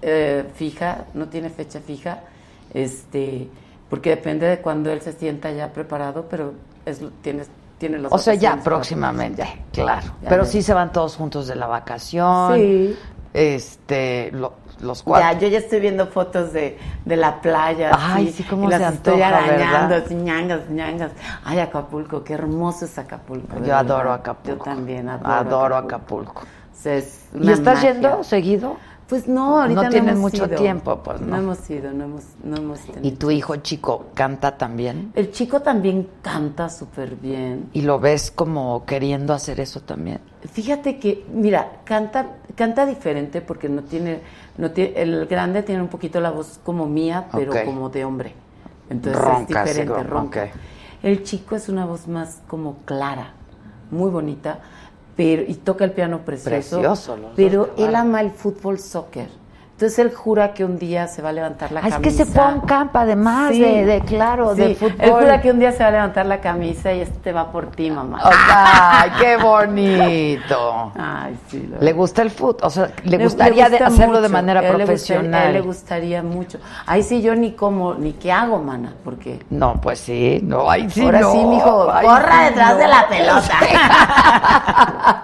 [SPEAKER 1] eh, fija, no tiene fecha fija, este, porque depende de cuando él se sienta ya preparado, pero es, tiene, tiene los
[SPEAKER 3] O sea, ya
[SPEAKER 1] vacaciones para-
[SPEAKER 3] próximamente,
[SPEAKER 1] ya.
[SPEAKER 3] claro.
[SPEAKER 1] Ya,
[SPEAKER 3] Pero
[SPEAKER 1] ya.
[SPEAKER 3] sí se van todos juntos de la vacación.
[SPEAKER 1] Sí.
[SPEAKER 3] Este, lo- los cuatro.
[SPEAKER 1] Ya, yo ya estoy viendo fotos de, de la playa.
[SPEAKER 3] Ay,
[SPEAKER 1] así,
[SPEAKER 3] sí, cómo
[SPEAKER 1] y las
[SPEAKER 3] se
[SPEAKER 1] Estoy
[SPEAKER 3] antoja,
[SPEAKER 1] arañando,
[SPEAKER 3] ¿verdad?
[SPEAKER 1] así, ñangas, ñangas. Ay, Acapulco, qué hermoso es Acapulco.
[SPEAKER 3] Yo
[SPEAKER 1] de verdad.
[SPEAKER 3] adoro Acapulco.
[SPEAKER 1] Yo también adoro,
[SPEAKER 3] Adoro
[SPEAKER 1] Acapulco.
[SPEAKER 3] Acapulco.
[SPEAKER 1] O sea, es
[SPEAKER 3] ¿Y
[SPEAKER 1] una
[SPEAKER 3] estás
[SPEAKER 1] magia.
[SPEAKER 3] yendo seguido?
[SPEAKER 1] Pues no, ahorita
[SPEAKER 3] No
[SPEAKER 1] no
[SPEAKER 3] tienen
[SPEAKER 1] hemos
[SPEAKER 3] mucho
[SPEAKER 1] ido.
[SPEAKER 3] tiempo, pues, no.
[SPEAKER 1] hemos ido, no hemos, no hemos tenido.
[SPEAKER 3] ¿Y tu hijo chico canta también?
[SPEAKER 1] El chico también canta súper bien.
[SPEAKER 3] ¿Y lo ves como queriendo hacer eso también?
[SPEAKER 1] Fíjate que, mira, canta, canta diferente porque no tiene, no tiene, el grande tiene un poquito la voz como mía, pero
[SPEAKER 3] Ok.
[SPEAKER 1] como de hombre. Entonces
[SPEAKER 3] Ronca,
[SPEAKER 1] es
[SPEAKER 3] sí,
[SPEAKER 1] diferente,
[SPEAKER 3] como-
[SPEAKER 1] ronca.
[SPEAKER 3] ok.
[SPEAKER 1] El chico es una voz más como clara, muy bonita, pero y toca el piano precioso.
[SPEAKER 3] Precioso, los dos,
[SPEAKER 1] pero
[SPEAKER 3] qué
[SPEAKER 1] él
[SPEAKER 3] bárbaro.
[SPEAKER 1] ama el fútbol soccer. Entonces él jura que un día se va a levantar la
[SPEAKER 3] Ah, es
[SPEAKER 1] camisa.
[SPEAKER 3] que se fue a un camp además
[SPEAKER 1] Sí.
[SPEAKER 3] de, de, claro,
[SPEAKER 1] Sí,
[SPEAKER 3] de fútbol.
[SPEAKER 1] Él jura que un día se va a levantar la camisa y este te va por ti, mamá.
[SPEAKER 3] ¡Ay, qué bonito!
[SPEAKER 1] Ay, sí. la
[SPEAKER 3] Le
[SPEAKER 1] verdad.
[SPEAKER 3] gusta el fútbol, o sea, le gustaría de-
[SPEAKER 1] gusta
[SPEAKER 3] hacerlo de
[SPEAKER 1] mucho.
[SPEAKER 3] manera
[SPEAKER 1] A él le gustaría-
[SPEAKER 3] profesional.
[SPEAKER 1] a él le gustaría mucho. Ahí sí yo ni como, ni qué hago, mana, porque...
[SPEAKER 3] No, pues sí, no, ay, sí.
[SPEAKER 1] Ahora
[SPEAKER 3] no,
[SPEAKER 1] sí, mijo,
[SPEAKER 3] ay,
[SPEAKER 1] corra
[SPEAKER 3] sí,
[SPEAKER 1] detrás
[SPEAKER 3] no.
[SPEAKER 1] de la pelota.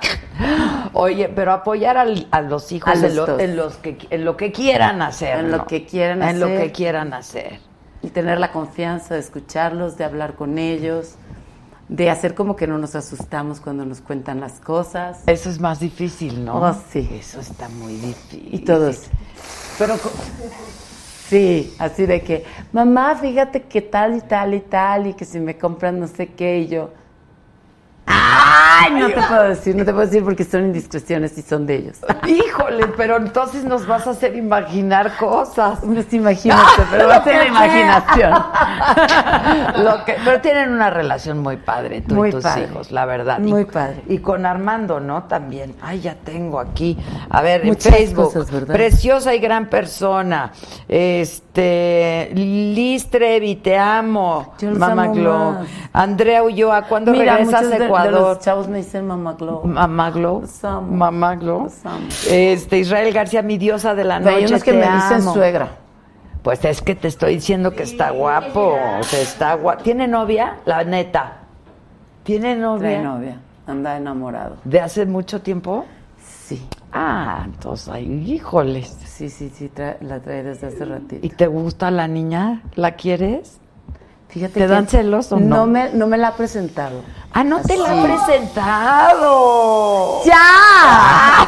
[SPEAKER 3] Oye, pero apoyar al- a los hijos
[SPEAKER 1] A los
[SPEAKER 3] en, lo-
[SPEAKER 1] dos.
[SPEAKER 3] en los que, en lo que quieran hacer.
[SPEAKER 1] En lo
[SPEAKER 3] ¿no?
[SPEAKER 1] que quieran
[SPEAKER 3] En lo
[SPEAKER 1] hacer.
[SPEAKER 3] que quieran hacer.
[SPEAKER 1] Y tener la confianza de escucharlos, de hablar con ellos, de hacer como que no nos asustamos cuando nos cuentan las cosas.
[SPEAKER 3] Eso es más difícil, ¿no?
[SPEAKER 1] Oh, sí.
[SPEAKER 3] Eso está muy difícil.
[SPEAKER 1] Y todos.
[SPEAKER 3] Pero co-
[SPEAKER 1] Sí, así de que, mamá, fíjate que tal y tal y tal, y que si me compran no sé qué, y yo. ¡Ay! No te puedo decir, no te puedo decir porque son indiscreciones y son de ellos.
[SPEAKER 3] Híjole, pero entonces nos vas a hacer imaginar cosas.
[SPEAKER 1] No se imagínate, pero va a ser la imaginación.
[SPEAKER 3] Lo que- pero tienen una relación muy padre tú
[SPEAKER 1] Muy
[SPEAKER 3] y tus
[SPEAKER 1] padre.
[SPEAKER 3] hijos, la verdad. Y-
[SPEAKER 1] Muy padre.
[SPEAKER 3] Y con Armando, ¿no? También. Ay, ya tengo aquí. A ver, en
[SPEAKER 1] Muchas
[SPEAKER 3] Facebook.
[SPEAKER 1] cosas, ¿verdad?
[SPEAKER 3] Preciosa y gran persona. Este, Liz Trevi, te amo.
[SPEAKER 1] Yo los
[SPEAKER 3] Mamá
[SPEAKER 1] amo
[SPEAKER 3] Glow.
[SPEAKER 1] más.
[SPEAKER 3] Andrea Ulloa, ¿cuándo regresas
[SPEAKER 1] muchos
[SPEAKER 3] a
[SPEAKER 1] de- de
[SPEAKER 3] Ecuador?
[SPEAKER 1] los chavos me dicen mamá Glow.
[SPEAKER 3] Mamá Glow.
[SPEAKER 1] Los amo.
[SPEAKER 3] Mamá Glow.
[SPEAKER 1] Los amo.
[SPEAKER 3] Este, Israel García, mi diosa de la
[SPEAKER 1] Pero
[SPEAKER 3] noche.
[SPEAKER 1] hay unos que
[SPEAKER 3] te
[SPEAKER 1] me dicen
[SPEAKER 3] amo.
[SPEAKER 1] suegra.
[SPEAKER 3] Pues es que te estoy diciendo que está guapo. O sea, está guapo. ¿Tiene novia? La neta. ¿Tiene
[SPEAKER 1] Trae
[SPEAKER 3] novia?
[SPEAKER 1] novia, anda enamorado.
[SPEAKER 3] ¿De hace mucho tiempo?
[SPEAKER 1] Sí,
[SPEAKER 3] Ah, entonces, ay, híjoles.
[SPEAKER 1] sí, sí, sí, trae- la trae desde hace ratito.
[SPEAKER 3] ¿Y te gusta la niña? ¿La quieres?
[SPEAKER 1] Fíjate
[SPEAKER 3] ¿Te dan celos o no?
[SPEAKER 1] me, no me la ha presentado.
[SPEAKER 3] Ah, no te la
[SPEAKER 1] Así.
[SPEAKER 3] ha presentado.
[SPEAKER 1] ¡Ya!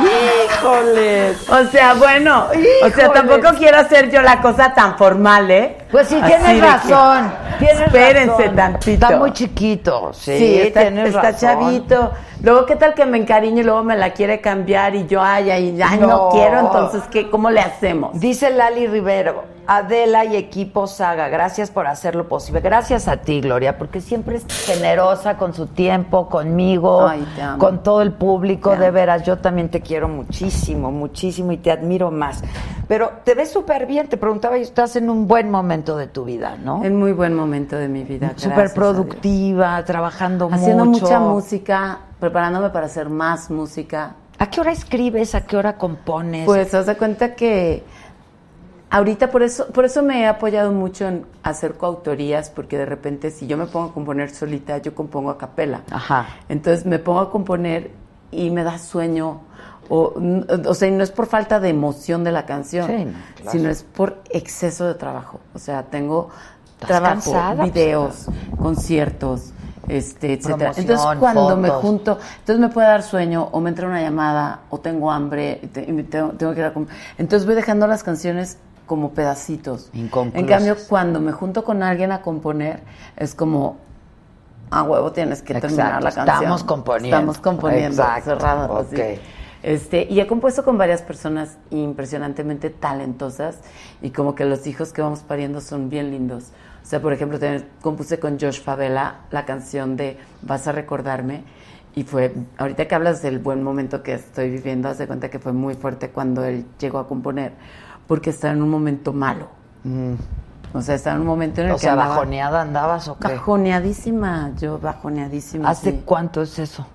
[SPEAKER 3] Híjoles.
[SPEAKER 1] O sea, bueno, o sea,
[SPEAKER 3] Híjole.
[SPEAKER 1] tampoco quiero hacer yo la cosa tan formal, ¿eh?
[SPEAKER 3] Pues sí,
[SPEAKER 1] Así de
[SPEAKER 3] tienes
[SPEAKER 1] que-
[SPEAKER 3] razón. Tienes
[SPEAKER 1] Espérense
[SPEAKER 3] razón.
[SPEAKER 1] tantito.
[SPEAKER 3] Está muy chiquito. Sí,
[SPEAKER 1] Sí, está,
[SPEAKER 3] tienes
[SPEAKER 1] está
[SPEAKER 3] razón.
[SPEAKER 1] chavito. Luego, ¿qué tal que me encariñe y luego me la quiere cambiar y yo, ay, ay, ay, no,
[SPEAKER 3] No.
[SPEAKER 1] quiero? Entonces, ¿qué, ¿cómo le hacemos?
[SPEAKER 3] Dice Lali Rivero, Adela y equipo Saga, gracias por hacerlo posible. Gracias a ti, Gloria, porque siempre es generosa con su tiempo, conmigo,
[SPEAKER 1] Ay, te amo.
[SPEAKER 3] con todo el público.
[SPEAKER 1] Te amo.
[SPEAKER 3] De veras, yo también te quiero muchísimo, muchísimo y te admiro más. Pero te ves súper bien, te preguntaba, y estás en un buen momento de tu vida, ¿no?
[SPEAKER 1] En muy buen momento de mi vida.
[SPEAKER 3] Súper
[SPEAKER 1] gracias a Dios.
[SPEAKER 3] productiva, trabajando
[SPEAKER 1] Haciendo
[SPEAKER 3] mucho.
[SPEAKER 1] mucha música, preparándome para hacer más música.
[SPEAKER 3] ¿A qué hora escribes? ¿A qué hora compones?
[SPEAKER 1] Pues haz de cuenta que ahorita por eso, por eso me he apoyado mucho en hacer coautorías, porque de repente si yo me pongo a componer solita, yo compongo a capela.
[SPEAKER 3] Ajá.
[SPEAKER 1] Entonces me pongo a componer y me da sueño. O, n- o sea, y no es por falta de emoción de la canción,
[SPEAKER 3] Sí, no, claro.
[SPEAKER 1] sino es por exceso de trabajo. O sea, tengo
[SPEAKER 3] Estás
[SPEAKER 1] trabajo,
[SPEAKER 3] cansada, pues,
[SPEAKER 1] videos, conciertos, este, etcétera. Entonces,
[SPEAKER 3] Promoción,
[SPEAKER 1] cuando me
[SPEAKER 3] fotos.
[SPEAKER 1] junto momento, entonces me puede dar sueño o me entra una llamada o tengo hambre y, te- y me tengo, tengo que ir a comer. Entonces voy dejando las canciones como pedacitos.
[SPEAKER 3] Inconclusas.
[SPEAKER 1] En cambio, cuando me junto con alguien a componer, es como a huevo tienes que terminar
[SPEAKER 3] Exacto,
[SPEAKER 1] la canción.
[SPEAKER 3] estamos componiendo.
[SPEAKER 1] Estamos componiendo,
[SPEAKER 3] Exacto,
[SPEAKER 1] cerrado.
[SPEAKER 3] ok.
[SPEAKER 1] Así. Este, y he compuesto con varias personas impresionantemente talentosas y como que los hijos que vamos pariendo son bien lindos. O sea, por ejemplo, tener- compuse con Josh Favela la canción de Vas a recordarme y fue, ahorita que hablas del buen momento que estoy viviendo, haz de cuenta que fue muy fuerte cuando él llegó a componer porque está en un momento malo. O sea, está en un momento en el
[SPEAKER 3] Mm. o
[SPEAKER 1] que
[SPEAKER 3] sea,
[SPEAKER 1] andaba
[SPEAKER 3] bajoneada andabas o qué?
[SPEAKER 1] bajoneadísima, yo bajoneadísima.
[SPEAKER 3] ¿Hace
[SPEAKER 1] sí.
[SPEAKER 3] cuánto es eso?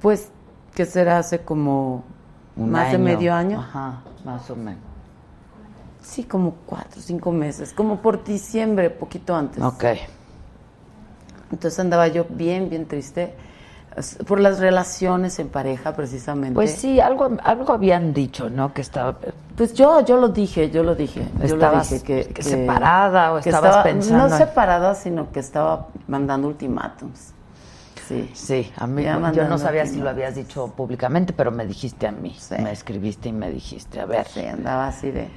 [SPEAKER 1] Pues, ¿qué será? Hace como
[SPEAKER 3] Un
[SPEAKER 1] más de
[SPEAKER 3] año. Ah.
[SPEAKER 1] medio año.
[SPEAKER 3] Ajá, más o menos.
[SPEAKER 1] Sí, como cuatro, cinco meses, como por diciembre, poquito antes.
[SPEAKER 3] Ok.
[SPEAKER 1] Entonces andaba yo bien, bien triste s- por las relaciones en pareja, precisamente.
[SPEAKER 3] Pues sí, algo, algo habían dicho, ¿no? Que estaba.
[SPEAKER 1] Pues yo, yo lo dije, yo lo dije. Yo lo
[SPEAKER 3] Estabas
[SPEAKER 1] dije que,
[SPEAKER 3] que separada o
[SPEAKER 1] que
[SPEAKER 3] estabas
[SPEAKER 1] estaba-
[SPEAKER 3] pensando
[SPEAKER 1] No
[SPEAKER 3] en-
[SPEAKER 1] separada, sino que estaba mandando ultimátums. Sí.
[SPEAKER 3] Sí, a mí
[SPEAKER 1] Ya
[SPEAKER 3] yo
[SPEAKER 1] mandando
[SPEAKER 3] no sabía si lo
[SPEAKER 1] ultimátumos.
[SPEAKER 3] habías dicho públicamente, pero me dijiste a mí.
[SPEAKER 1] Sí.
[SPEAKER 3] Me escribiste y me dijiste, a ver.
[SPEAKER 1] Sí, andaba así de.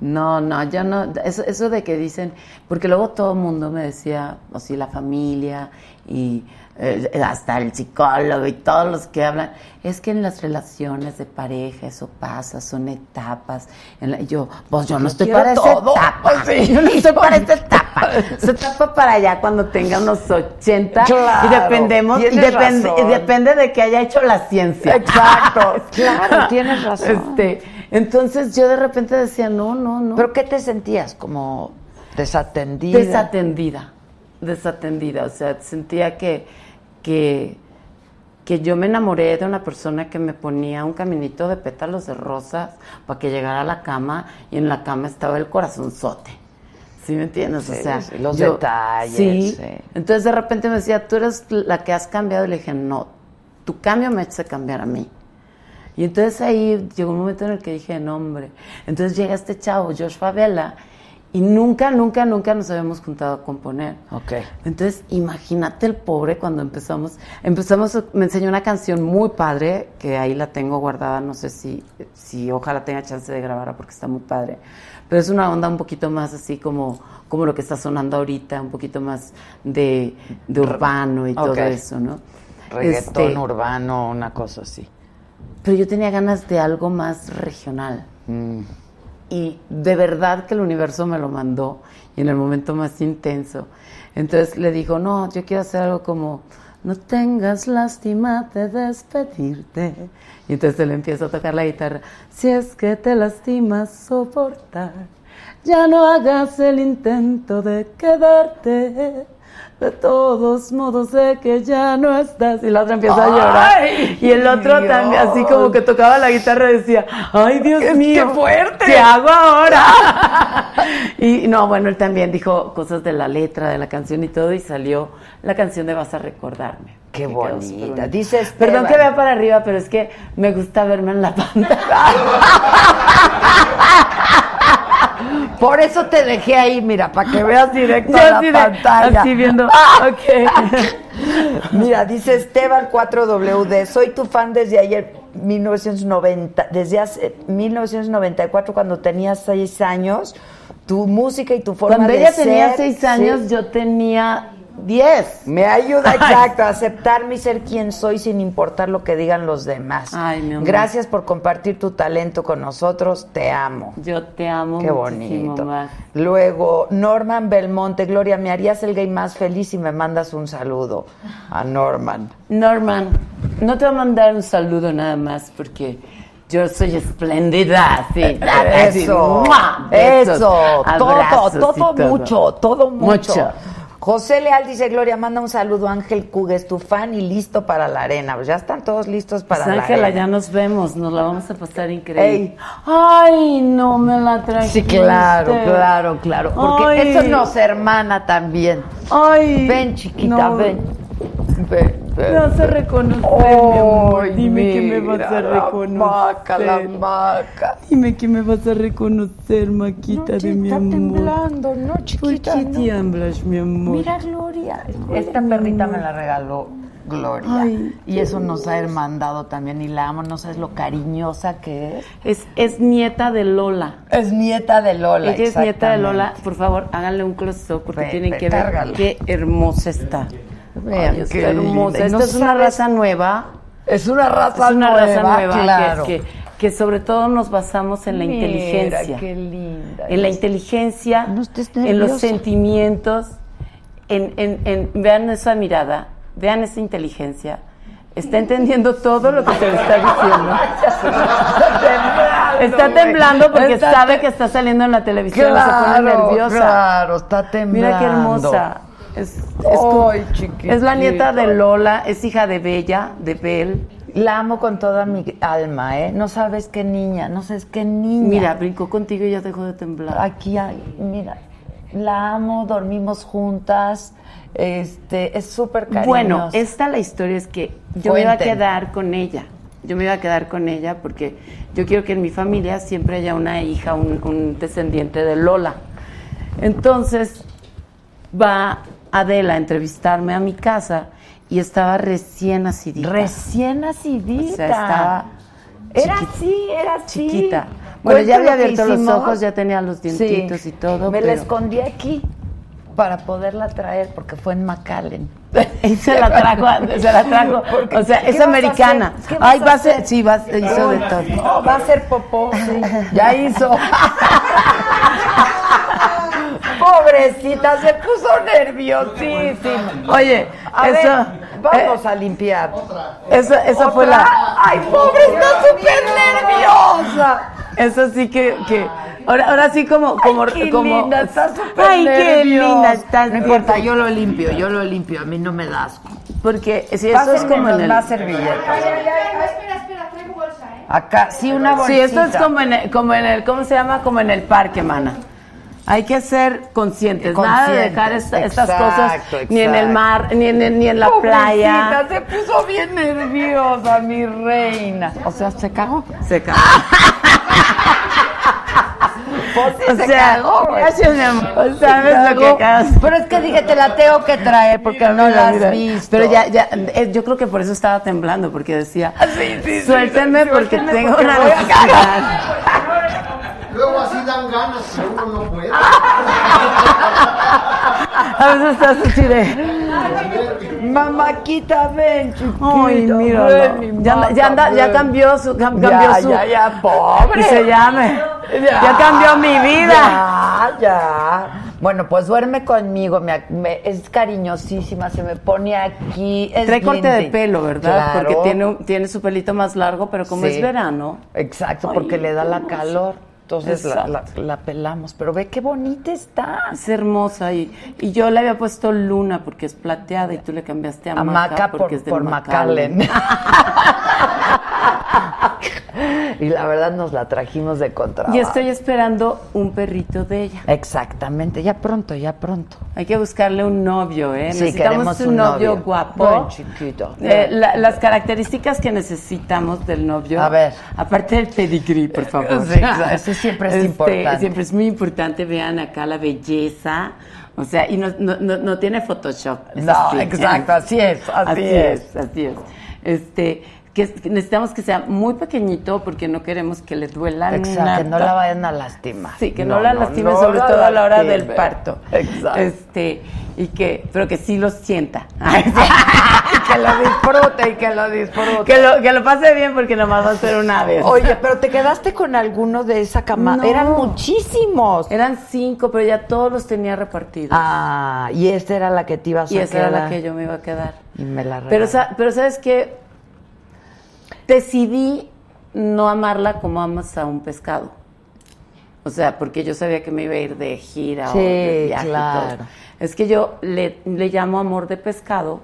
[SPEAKER 1] No, no, yo no. Eso, eso de que dicen. Porque luego todo el mundo me decía, o sí, la familia y eh, hasta el psicólogo y todos los que hablan. Es que en las relaciones de pareja eso pasa, son etapas. En la- y yo, pues yo no estoy
[SPEAKER 3] quiero
[SPEAKER 1] para esa
[SPEAKER 3] todo.
[SPEAKER 1] etapa. Yo no estoy para esta etapa. Esa etapa para allá cuando tenga unos 80.
[SPEAKER 3] Claro,
[SPEAKER 1] y dependemos. Y
[SPEAKER 3] tienes
[SPEAKER 1] depende, y
[SPEAKER 3] razón.
[SPEAKER 1] depende de que haya hecho la ciencia.
[SPEAKER 3] Exacto, claro, tienes razón.
[SPEAKER 1] Este, Entonces yo de repente decía, no, no, no.
[SPEAKER 3] ¿Pero qué te sentías? ¿Como desatendida?
[SPEAKER 1] desatendida, desatendida, o sea, sentía que, que, que yo me enamoré de una persona que me ponía un caminito de pétalos de rosas para que llegara a la cama y en la cama estaba el corazonzote. ¿Sí me entiendes? o
[SPEAKER 3] Sí,
[SPEAKER 1] sea,
[SPEAKER 3] sí, los detalles,
[SPEAKER 1] Sí.
[SPEAKER 3] sí.
[SPEAKER 1] Entonces de repente me decía, tú eres la que has cambiado. Y le dije, no, tu cambio me hace cambiar a mí. Y entonces ahí llegó un momento en el que dije, no, hombre. Entonces llega este chavo, Josh Favela, y nunca, nunca, nunca nos habíamos juntado a componer.
[SPEAKER 3] Ok.
[SPEAKER 1] Entonces, imagínate el pobre cuando empezamos. Empezamos, me enseñó una canción muy padre, que ahí la tengo guardada, no sé si, si ojalá tenga chance de grabarla porque está muy padre. Pero es una onda un poquito más así como, como lo que está sonando ahorita, un poquito más de, de urbano y todo
[SPEAKER 3] Ok.
[SPEAKER 1] eso, ¿no?
[SPEAKER 3] Reggaetón
[SPEAKER 1] Este,
[SPEAKER 3] urbano, una cosa así.
[SPEAKER 1] pero yo tenía ganas de algo más regional.
[SPEAKER 3] Mm.
[SPEAKER 1] Y de verdad que el universo me lo mandó y en el momento más intenso. Entonces le dijo, no, yo quiero hacer algo como, no tengas lástima de despedirte. Y entonces él empieza a tocar la guitarra, si es que te lastimas soportar, ya no hagas el intento de quedarte. De todos modos sé que ya no estás. Y la otra empieza a llorar. Y el otro también, así como que tocaba la guitarra, decía, ay Dios mío, qué fuerte. ¿Qué hago ahora? y no, bueno, él también dijo cosas de la letra, de la canción y todo, y salió la canción de Vas a recordarme.
[SPEAKER 3] Qué
[SPEAKER 1] Que quedó
[SPEAKER 3] bonita.
[SPEAKER 1] superbonita.
[SPEAKER 3] Dice Esteban.
[SPEAKER 1] Perdón que vea para arriba, pero es que me gusta verme en la pantalla.
[SPEAKER 3] Por eso te dejé ahí, mira, para que veas directo a la
[SPEAKER 1] así de-
[SPEAKER 3] pantalla. Ah.
[SPEAKER 1] así viendo, ok.
[SPEAKER 3] Mira, dice Esteban 4WD, soy tu fan desde ayer 1990, desde hace 1994 cuando tenías seis años, tu música y tu forma
[SPEAKER 1] Cuando
[SPEAKER 3] de
[SPEAKER 1] ella
[SPEAKER 3] ser,
[SPEAKER 1] tenía seis
[SPEAKER 3] sí,
[SPEAKER 1] años, yo tenía diez.
[SPEAKER 3] me ayuda exacto a aceptarme y ser quien soy sin importar lo que digan los demás.
[SPEAKER 1] Ay, mi amor.
[SPEAKER 3] Gracias por compartir tu talento con nosotros, te amo.
[SPEAKER 1] Yo te amo
[SPEAKER 3] Qué
[SPEAKER 1] muchísimo,
[SPEAKER 3] bonito.
[SPEAKER 1] Max.
[SPEAKER 3] Luego, Norman Belmonte, Gloria, me harías el gay más feliz si me mandas un saludo a Norman.
[SPEAKER 1] Norman, no te voy a mandar un saludo nada más porque yo soy espléndida, sí. Así,
[SPEAKER 3] Eso,
[SPEAKER 1] ¡mua!
[SPEAKER 3] eso,
[SPEAKER 1] Besos,
[SPEAKER 3] todo,
[SPEAKER 1] abrazos y
[SPEAKER 3] todo, mucho, todo mucho.
[SPEAKER 1] Mucho.
[SPEAKER 3] José Leal dice, Gloria, manda un saludo a Ángel Cugues, tu fan y listo para la arena. Pues ya están todos listos para
[SPEAKER 1] Pues,
[SPEAKER 3] la
[SPEAKER 1] Ángela, ya
[SPEAKER 3] arena.
[SPEAKER 1] nos vemos, nos la vamos a pasar increíble.
[SPEAKER 3] Ey.
[SPEAKER 1] Ay, no me la trajiste.
[SPEAKER 3] Sí, claro, claro, claro. Porque
[SPEAKER 1] Ay.
[SPEAKER 3] eso nos hermana también.
[SPEAKER 1] Ay.
[SPEAKER 3] Ven, chiquita,
[SPEAKER 1] no,
[SPEAKER 3] ven. Ven,
[SPEAKER 1] Me
[SPEAKER 3] ven.
[SPEAKER 1] vas a reconocer, mi amor.
[SPEAKER 3] Ay,
[SPEAKER 1] Dime que me vas
[SPEAKER 3] mira,
[SPEAKER 1] a
[SPEAKER 3] la
[SPEAKER 1] reconocer.
[SPEAKER 3] maca, la maca.
[SPEAKER 1] Dime que me vas a reconocer, maquita de mi amor. Pues
[SPEAKER 3] no,
[SPEAKER 1] ¿Por qué tiemblas, mi amor?
[SPEAKER 3] Gloria. Esta perrita me la regaló Gloria.
[SPEAKER 1] Ay.
[SPEAKER 3] y eso nos ha hermandado también. Y la amo, no sabes lo cariñosa que es.
[SPEAKER 1] Es, es nieta de Lola.
[SPEAKER 3] Es nieta de Lola.
[SPEAKER 1] Ella es nieta de Lola. Por favor, háganle un close-up porque
[SPEAKER 3] Ven,
[SPEAKER 1] tienen
[SPEAKER 3] ven,
[SPEAKER 1] que ver
[SPEAKER 3] cárgala.
[SPEAKER 1] qué hermosa está.
[SPEAKER 3] Vean
[SPEAKER 1] Ay, está
[SPEAKER 3] qué linda.
[SPEAKER 1] hermosa.
[SPEAKER 3] Y
[SPEAKER 1] Esta
[SPEAKER 3] no
[SPEAKER 1] es una
[SPEAKER 3] sabes-
[SPEAKER 1] raza nueva.
[SPEAKER 3] Es una
[SPEAKER 1] Es
[SPEAKER 3] raza
[SPEAKER 1] una
[SPEAKER 3] nueva.
[SPEAKER 1] raza nueva que-
[SPEAKER 3] claro.
[SPEAKER 1] que, que sobre todo nos basamos en la
[SPEAKER 3] Mira,
[SPEAKER 1] inteligencia.
[SPEAKER 3] qué linda.
[SPEAKER 1] En la inteligencia,
[SPEAKER 3] No estés
[SPEAKER 1] en los
[SPEAKER 3] nerviosa.
[SPEAKER 1] sentimientos, en, en- en- vean esa mirada, vean esa inteligencia. Está entendiendo todo lo que se le está diciendo. Está temblando porque
[SPEAKER 3] Está
[SPEAKER 1] sabe que está saliendo en la televisión, se pone
[SPEAKER 3] Claro,
[SPEAKER 1] nerviosa.
[SPEAKER 3] claro, Oh, está temblando.
[SPEAKER 1] Mira qué hermosa. Es, es como-
[SPEAKER 3] Ay, chiquitita.
[SPEAKER 1] es la nieta de Lola, es hija de Bella, de Bel.
[SPEAKER 3] La amo con toda mi alma, ¿eh? No sabes qué niña, no sabes qué niña.
[SPEAKER 1] Mira, brincó contigo y ya dejó de temblar.
[SPEAKER 3] aquí hay, mira, la amo, dormimos juntas, este, es súper cariñosa.
[SPEAKER 1] Bueno, esta la historia es que yo me iba a
[SPEAKER 3] Cuenten.
[SPEAKER 1] quedar con ella. Yo me iba a quedar con ella porque yo quiero que en mi familia siempre haya una hija, un, un descendiente de Lola. Entonces va Adela a entrevistarme a mi casa y estaba recién acidita.
[SPEAKER 3] recién nacidita.
[SPEAKER 1] O sea, estaba
[SPEAKER 3] era
[SPEAKER 1] chiquita.
[SPEAKER 3] así, era así.
[SPEAKER 1] Chiquita. Bueno, ya había
[SPEAKER 3] Cuento lo que
[SPEAKER 1] abierto los
[SPEAKER 3] hicimos.
[SPEAKER 1] ojos, ya tenía los dientitos
[SPEAKER 3] Sí.
[SPEAKER 1] y todo.
[SPEAKER 3] Me la
[SPEAKER 1] pero-
[SPEAKER 3] escondí aquí para poderla traer porque fue en McAllen.
[SPEAKER 1] Y se la trajo, se la trajo.
[SPEAKER 3] Porque,
[SPEAKER 1] O sea,
[SPEAKER 3] ¿qué
[SPEAKER 1] es
[SPEAKER 3] vas a
[SPEAKER 1] americana.
[SPEAKER 3] hacer? ¿Qué vas
[SPEAKER 1] Ay,
[SPEAKER 3] a
[SPEAKER 1] va a ser,
[SPEAKER 3] hacer?
[SPEAKER 1] sí, va, hizo de todo.
[SPEAKER 3] No, va a ser popó. Ya hizo. Pobrecita, se puso nerviosísima.
[SPEAKER 1] Oye,
[SPEAKER 3] A
[SPEAKER 1] eso, eh,
[SPEAKER 3] ver, vamos a limpiar.
[SPEAKER 1] eso, eso fue
[SPEAKER 3] ¿Otra?
[SPEAKER 1] la.
[SPEAKER 3] ¡Ay, pobre, está súper nerviosa!
[SPEAKER 1] Eso sí que, que ahora, ahora sí como, como,
[SPEAKER 3] qué
[SPEAKER 1] como.
[SPEAKER 3] linda, está súper
[SPEAKER 1] Ay, qué
[SPEAKER 3] nervios.
[SPEAKER 1] linda estás.
[SPEAKER 3] No importa,
[SPEAKER 1] yo lo limpio, yo lo limpio, a mí no me das. Porque si eso es
[SPEAKER 3] Pásenme
[SPEAKER 1] como en
[SPEAKER 3] los
[SPEAKER 1] el.
[SPEAKER 3] más servilletas.
[SPEAKER 4] Ay, ay, ay, no, espera, espera, traigo bolsa, ¿eh?
[SPEAKER 3] Acá, sí, una
[SPEAKER 1] Sí,
[SPEAKER 3] bolsita.
[SPEAKER 1] esto es como en, el, como en el, ¿cómo se llama? Como en el parque, mana. Hay que ser conscientes, nada de dejar esta- estas cosas
[SPEAKER 3] Exacto,
[SPEAKER 1] ni en el
[SPEAKER 3] exacto.
[SPEAKER 1] mar, ni en, el- ni en la playa.
[SPEAKER 3] Pobrecita, se puso bien nerviosa, mi reina. O sea, se cagó.
[SPEAKER 1] Se Ah, cae.
[SPEAKER 3] Pues sí,
[SPEAKER 1] O
[SPEAKER 3] se
[SPEAKER 1] sea,
[SPEAKER 3] cagó, güey.
[SPEAKER 1] gracias, mi amor. Sabes
[SPEAKER 3] Se
[SPEAKER 1] lo que
[SPEAKER 3] cagó.
[SPEAKER 1] acabas.
[SPEAKER 3] Pero es que dije, te la tengo que traer porque no la has
[SPEAKER 1] Mira,
[SPEAKER 3] visto.
[SPEAKER 1] Pero ya, ya, eh, yo creo que por eso estaba temblando, porque decía,
[SPEAKER 3] Ah,
[SPEAKER 1] suélteme porque
[SPEAKER 3] suélteme
[SPEAKER 1] tengo
[SPEAKER 3] porque
[SPEAKER 1] una
[SPEAKER 3] voy a
[SPEAKER 1] necesidad.
[SPEAKER 8] Luego así dan ganas, pero uno no puede.
[SPEAKER 1] A veces estás así de,
[SPEAKER 3] Mamáquita, ven, chiquito.
[SPEAKER 1] ay, míralo.
[SPEAKER 3] ven, mi
[SPEAKER 1] Ya, anda- ya, anda- ya
[SPEAKER 3] ven.
[SPEAKER 1] cambió su, cam-
[SPEAKER 3] Ya,
[SPEAKER 1] cambió su,
[SPEAKER 3] ya, ya, pobre.
[SPEAKER 1] y se llame. Ya cambió mi vida.
[SPEAKER 3] Ya, ya. Bueno, pues duerme conmigo, me ac- me- es cariñosísima, se me pone aquí. Es
[SPEAKER 1] Trae corte de
[SPEAKER 3] lindy.
[SPEAKER 1] pelo, ¿verdad?
[SPEAKER 3] Claro.
[SPEAKER 1] Porque tiene, un- tiene su pelito más largo, pero como
[SPEAKER 3] Sí.
[SPEAKER 1] es verano.
[SPEAKER 3] Exacto,
[SPEAKER 1] Ay,
[SPEAKER 3] porque le da
[SPEAKER 1] qué
[SPEAKER 3] la
[SPEAKER 1] hermoso.
[SPEAKER 3] calor. Entonces la, la-
[SPEAKER 1] Exacto.
[SPEAKER 3] la pelamos. Pero ve qué bonita está.
[SPEAKER 1] Es hermosa y, y yo le había puesto luna porque es plateada y tú le cambiaste a,
[SPEAKER 3] Hamaca
[SPEAKER 1] porque
[SPEAKER 3] por,
[SPEAKER 1] es de
[SPEAKER 3] por
[SPEAKER 1] Macallen.
[SPEAKER 3] Macallen. y la verdad nos la trajimos de contrabajo.
[SPEAKER 1] Y este- estoy esperando un perrito de ella.
[SPEAKER 3] Exactamente, ya pronto, ya pronto.
[SPEAKER 1] Hay que buscarle un novio, ¿eh?
[SPEAKER 3] Sí,
[SPEAKER 1] necesitamos
[SPEAKER 3] queremos
[SPEAKER 1] un
[SPEAKER 3] un
[SPEAKER 1] novio,
[SPEAKER 3] novio.
[SPEAKER 1] guapo.
[SPEAKER 3] Buen chiquito.
[SPEAKER 1] Eh, la- las características que necesitamos del novio.
[SPEAKER 3] A ver. Eh,
[SPEAKER 1] Aparte del pedigrí, por favor. Este,
[SPEAKER 3] Sí, exacto, eso siempre es importante.
[SPEAKER 1] Siempre es muy importante. Vean acá la belleza. O sea, y no, no- no- no tiene Photoshop. es
[SPEAKER 3] No,
[SPEAKER 1] así, ¿eh?
[SPEAKER 3] exacto, así es, así, es.
[SPEAKER 1] Así es. Este, que que necesitamos que sea muy pequeñito porque no queremos que le duela nada.
[SPEAKER 3] Exacto, que no la vayan a lastimar.
[SPEAKER 1] Sí, que no, la lastimen, sobre
[SPEAKER 3] la
[SPEAKER 1] todo a la hora del
[SPEAKER 3] lastimen.
[SPEAKER 1] parto.
[SPEAKER 3] Exacto.
[SPEAKER 1] Este, y que, pero que sí lo sienta.
[SPEAKER 3] Ah, que lo disfrute y que lo disfrute.
[SPEAKER 1] que, lo, que lo pase bien porque nomás va a ser una vez.
[SPEAKER 3] Oye, pero te quedaste con alguno de esa cama.
[SPEAKER 1] No.
[SPEAKER 3] Eran muchísimos.
[SPEAKER 1] Eran cinco, pero ya todos los tenía repartidos.
[SPEAKER 3] Ah, y esta era la que te ibas
[SPEAKER 1] y
[SPEAKER 3] a
[SPEAKER 1] esa era la
[SPEAKER 3] quedar.
[SPEAKER 1] que yo me iba a quedar.
[SPEAKER 3] Y me la
[SPEAKER 1] Pero,
[SPEAKER 3] regaló.
[SPEAKER 1] sa- pero sabes qué? Decidí no amarla como amas a un pescado. O sea, porque yo sabía que me iba a ir de gira o de
[SPEAKER 3] Sí,
[SPEAKER 1] viaje. y
[SPEAKER 3] claro.
[SPEAKER 1] todo. Es que yo le, le llamo amor de pescado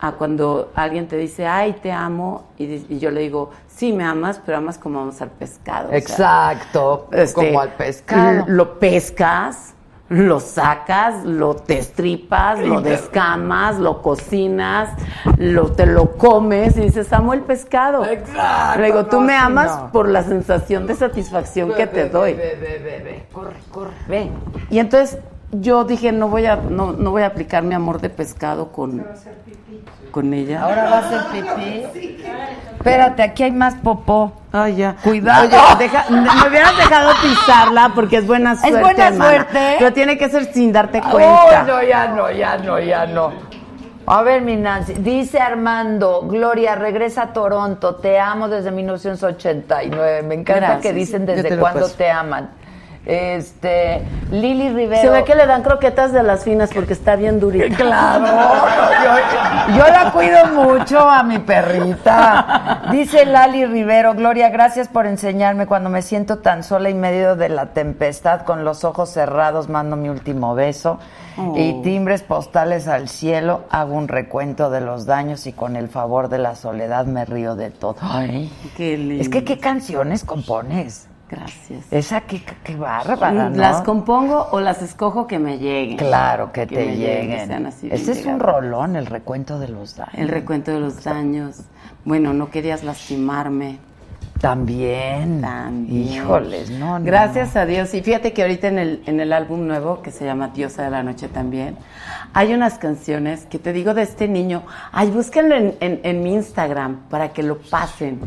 [SPEAKER 1] a cuando alguien te dice, ay, te amo, y, di- y yo le digo, sí, me amas, pero amas como amas al pescado. o sea,
[SPEAKER 3] Exacto,
[SPEAKER 1] este,
[SPEAKER 3] como al pescado.
[SPEAKER 1] l- Lo pescas, lo sacas, lo destripas, lo descamas, lo cocinas, lo, te lo comes y dices, amo el pescado.
[SPEAKER 3] Exacto,
[SPEAKER 1] Le digo, tú
[SPEAKER 3] no,
[SPEAKER 1] me
[SPEAKER 3] sí,
[SPEAKER 1] amas
[SPEAKER 3] no.
[SPEAKER 1] por la sensación de satisfacción que te doy.
[SPEAKER 3] Ve, ve, ve, ve, corre, corre, ve.
[SPEAKER 1] Y entonces yo dije, no voy a, no, no voy a aplicar mi amor de pescado con, con ella.
[SPEAKER 3] Ahora va a hacer pipí. Espérate, aquí hay más popó.
[SPEAKER 1] Ay, ya.
[SPEAKER 3] Cuidado.
[SPEAKER 1] Oye, deja- me hubieras dejado pisarla porque es buena suerte.
[SPEAKER 3] buena
[SPEAKER 1] hermana.
[SPEAKER 3] suerte, ¿eh?
[SPEAKER 1] Pero tiene que ser sin darte
[SPEAKER 3] Oh,
[SPEAKER 1] cuenta.
[SPEAKER 3] no, ya no, ya no, ya no. A ver, mi Nancy, dice Armando, Gloria, regresa a Toronto, te amo desde 1989. Me encanta
[SPEAKER 1] Gracias,
[SPEAKER 3] que dicen
[SPEAKER 1] yo te
[SPEAKER 3] desde
[SPEAKER 1] lo
[SPEAKER 3] cuándo
[SPEAKER 1] paso.
[SPEAKER 3] te aman. Este, Lili Rivero.
[SPEAKER 1] Se ve que le dan croquetas de las finas porque está bien durita.
[SPEAKER 3] Claro, yo, yo la cuido mucho a mi perrita. Dice Lali Rivero, Gloria, gracias por enseñarme cuando me siento tan sola en medio de la tempestad con los ojos cerrados, mando mi último beso y timbres postales al cielo, hago un recuento de los daños y con el favor de la soledad me río de todo. Ay,
[SPEAKER 1] Qué lindo.
[SPEAKER 3] es que qué canciones compones.
[SPEAKER 1] Gracias.
[SPEAKER 3] Esa qué, qué bárbara, ¿no?
[SPEAKER 1] Las compongo o las escojo que me lleguen.
[SPEAKER 3] Claro, que, te
[SPEAKER 1] me que
[SPEAKER 3] lleguen.
[SPEAKER 1] sean así
[SPEAKER 3] Ese
[SPEAKER 1] bien
[SPEAKER 3] es un
[SPEAKER 1] llegadas.
[SPEAKER 3] rolón, el recuento de los daños.
[SPEAKER 1] El recuento de los daños. Bueno, no querías lastimarme.
[SPEAKER 3] También.
[SPEAKER 1] También.
[SPEAKER 3] Híjoles, no, no,
[SPEAKER 1] Gracias a Dios. Y fíjate que ahorita en el, en el álbum nuevo, que se llama Diosa de la Noche también, hay unas canciones que te digo de este niño. Ay, búsquenlo en, en- en mi Instagram para que lo pasen.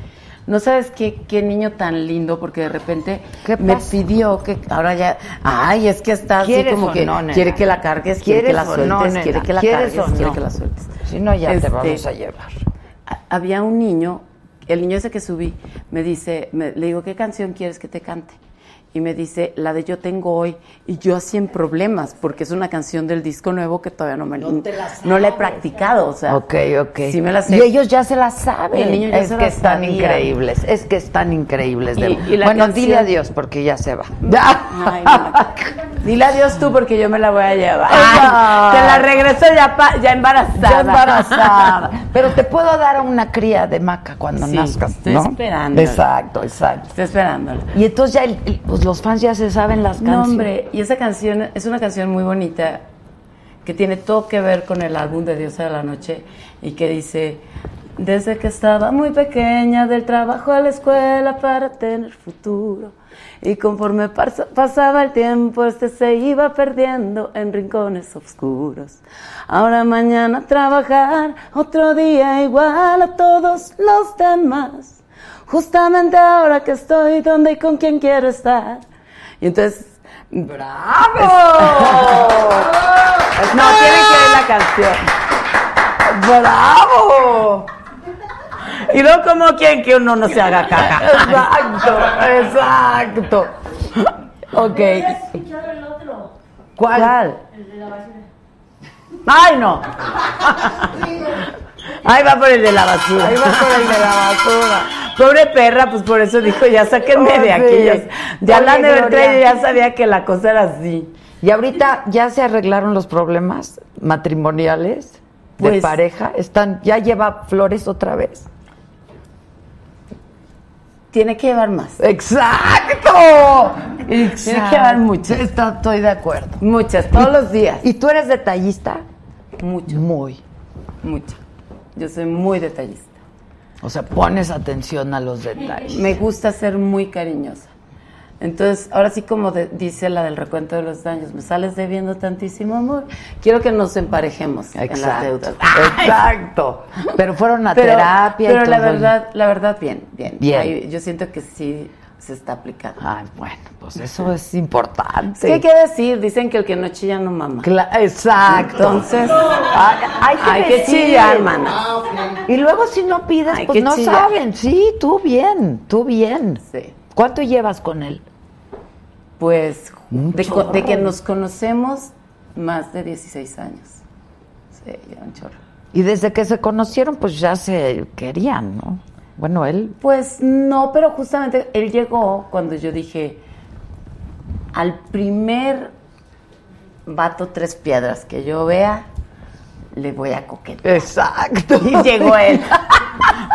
[SPEAKER 1] No sabes qué, qué niño tan lindo, porque de repente
[SPEAKER 3] ¿Qué
[SPEAKER 1] me
[SPEAKER 3] pasa?
[SPEAKER 1] pidió que ahora ya. Ay, es que está así
[SPEAKER 3] ¿Quieres
[SPEAKER 1] como
[SPEAKER 3] o
[SPEAKER 1] que
[SPEAKER 3] no, nena?
[SPEAKER 1] quiere que la cargues, quiere que
[SPEAKER 3] ¿Quieres
[SPEAKER 1] la
[SPEAKER 3] o no,
[SPEAKER 1] sueltes,
[SPEAKER 3] nena?
[SPEAKER 1] quiere que la
[SPEAKER 3] ¿Quieres
[SPEAKER 1] cargues,
[SPEAKER 3] o
[SPEAKER 1] quiere
[SPEAKER 3] no?
[SPEAKER 1] que la sueltes.
[SPEAKER 3] no. Si no, ya
[SPEAKER 1] Este,
[SPEAKER 3] te vamos a llevar.
[SPEAKER 1] a- había un niño, el niño ese que subí, me dice, me- le digo, ¿qué canción quieres que te cante? y me dice, la de Yo Tengo Hoy, y yo así en problemas, porque es una canción del disco nuevo que todavía no me no, la he practicado, o sea.
[SPEAKER 3] Ok, ok.
[SPEAKER 1] Sí me la sé.
[SPEAKER 3] Y ellos ya se la saben.
[SPEAKER 1] Y el niño ya
[SPEAKER 3] es
[SPEAKER 1] se
[SPEAKER 3] que
[SPEAKER 1] la
[SPEAKER 3] están
[SPEAKER 1] sabía.
[SPEAKER 3] increíbles. Es que están increíbles. de-
[SPEAKER 1] Y- y la
[SPEAKER 3] bueno,
[SPEAKER 1] canción-
[SPEAKER 3] dile adiós porque ya se va.
[SPEAKER 1] Ay, no. Dile adiós tú porque yo me la voy a llevar.
[SPEAKER 3] Ay,
[SPEAKER 1] te la regreso ya, pa- ya embarazada.
[SPEAKER 3] Ya embarazada. Pero te puedo dar a una cría de maca cuando
[SPEAKER 1] Sí,
[SPEAKER 3] nazcas,
[SPEAKER 1] estoy
[SPEAKER 3] ¿no?
[SPEAKER 1] esperándola.
[SPEAKER 3] Exacto, exacto.
[SPEAKER 1] Estoy esperándola.
[SPEAKER 3] Y entonces ya el- el- pues los fans ya se saben las canciones.
[SPEAKER 1] No, hombre, y esa canción es una canción muy bonita que tiene todo que ver con el álbum de Diosa de la Noche y que dice, desde que estaba muy pequeña, del trabajo a la escuela para tener futuro. Y conforme pas- pasaba el tiempo, este se iba perdiendo en rincones oscuros. Ahora mañana a trabajar, otro día igual a todos los demás. Justamente ahora que estoy donde y con quien quiero estar. Y entonces... ¡Bravo! no, tienen que oír la canción.
[SPEAKER 3] ¡Bravo!
[SPEAKER 1] Y luego, como quien que uno no se haga caca?
[SPEAKER 3] Exacto, exacto. Ok. ¿Cuál?
[SPEAKER 1] ¡Ay, no! Ahí va por el de la basura.
[SPEAKER 3] Ahí va por el de la basura.
[SPEAKER 1] Pobre perra, pues por eso dijo, ya sáquenme
[SPEAKER 3] Oh,
[SPEAKER 1] de
[SPEAKER 3] sí.
[SPEAKER 1] aquí. Ya, ya
[SPEAKER 3] Oye,
[SPEAKER 1] la de
[SPEAKER 3] Gloria.
[SPEAKER 1] Beltrán, yo ya sabía que la cosa era así.
[SPEAKER 3] Y ahorita ya se arreglaron los problemas matrimoniales de
[SPEAKER 1] Pues-
[SPEAKER 3] pareja. Están, ya lleva flores otra vez.
[SPEAKER 1] Tiene que llevar más.
[SPEAKER 3] Exacto.
[SPEAKER 1] Tiene que llevar muchas.
[SPEAKER 3] Está- estoy de acuerdo.
[SPEAKER 1] Muchas, todos los días.
[SPEAKER 3] ¿Y tú eres detallista?
[SPEAKER 1] Mucho,
[SPEAKER 3] Muy.
[SPEAKER 1] mucho. Yo soy muy detallista.
[SPEAKER 3] O sea, pones atención a los detalles.
[SPEAKER 1] Me gusta ser muy cariñosa. Entonces, ahora sí como de- dice la del recuento de los daños, me sales debiendo tantísimo amor. Quiero que nos emparejemos en las
[SPEAKER 3] Exacto.
[SPEAKER 1] deudas.
[SPEAKER 3] Exacto. Pero fueron a terapia y
[SPEAKER 1] pero la
[SPEAKER 3] todo el-
[SPEAKER 1] verdad, la verdad, bien, bien.
[SPEAKER 3] Bien.
[SPEAKER 1] Ahí yo siento que sí se está aplicando.
[SPEAKER 3] Ay, bueno, pues eso es
[SPEAKER 1] Es que
[SPEAKER 3] importante.
[SPEAKER 1] hay que decir, dicen que el que no chilla no mama.
[SPEAKER 3] Cla- Exacto.
[SPEAKER 1] Entonces,
[SPEAKER 3] Ay, hay que,
[SPEAKER 1] hay que
[SPEAKER 3] decir.
[SPEAKER 1] chillar, mana.
[SPEAKER 6] Ah, ok.
[SPEAKER 3] Y luego si no pides,
[SPEAKER 1] Hay
[SPEAKER 3] pues
[SPEAKER 1] que
[SPEAKER 3] no
[SPEAKER 1] chillar.
[SPEAKER 3] saben. Sí, tú bien, tú bien.
[SPEAKER 1] Sí.
[SPEAKER 3] ¿Cuánto llevas con él?
[SPEAKER 1] Pues,
[SPEAKER 3] Un
[SPEAKER 1] de, co- de que
[SPEAKER 3] chorro.
[SPEAKER 1] nos conocemos más de 16 años. Sí, ya un chorro.
[SPEAKER 3] Y desde que se conocieron, pues ya se querían, ¿no? Bueno, él.
[SPEAKER 1] Pues no, pero justamente él llegó cuando yo dije al primer vato tres piedras que yo vea, le voy a coquetear.
[SPEAKER 3] Exacto.
[SPEAKER 1] Y llegó él.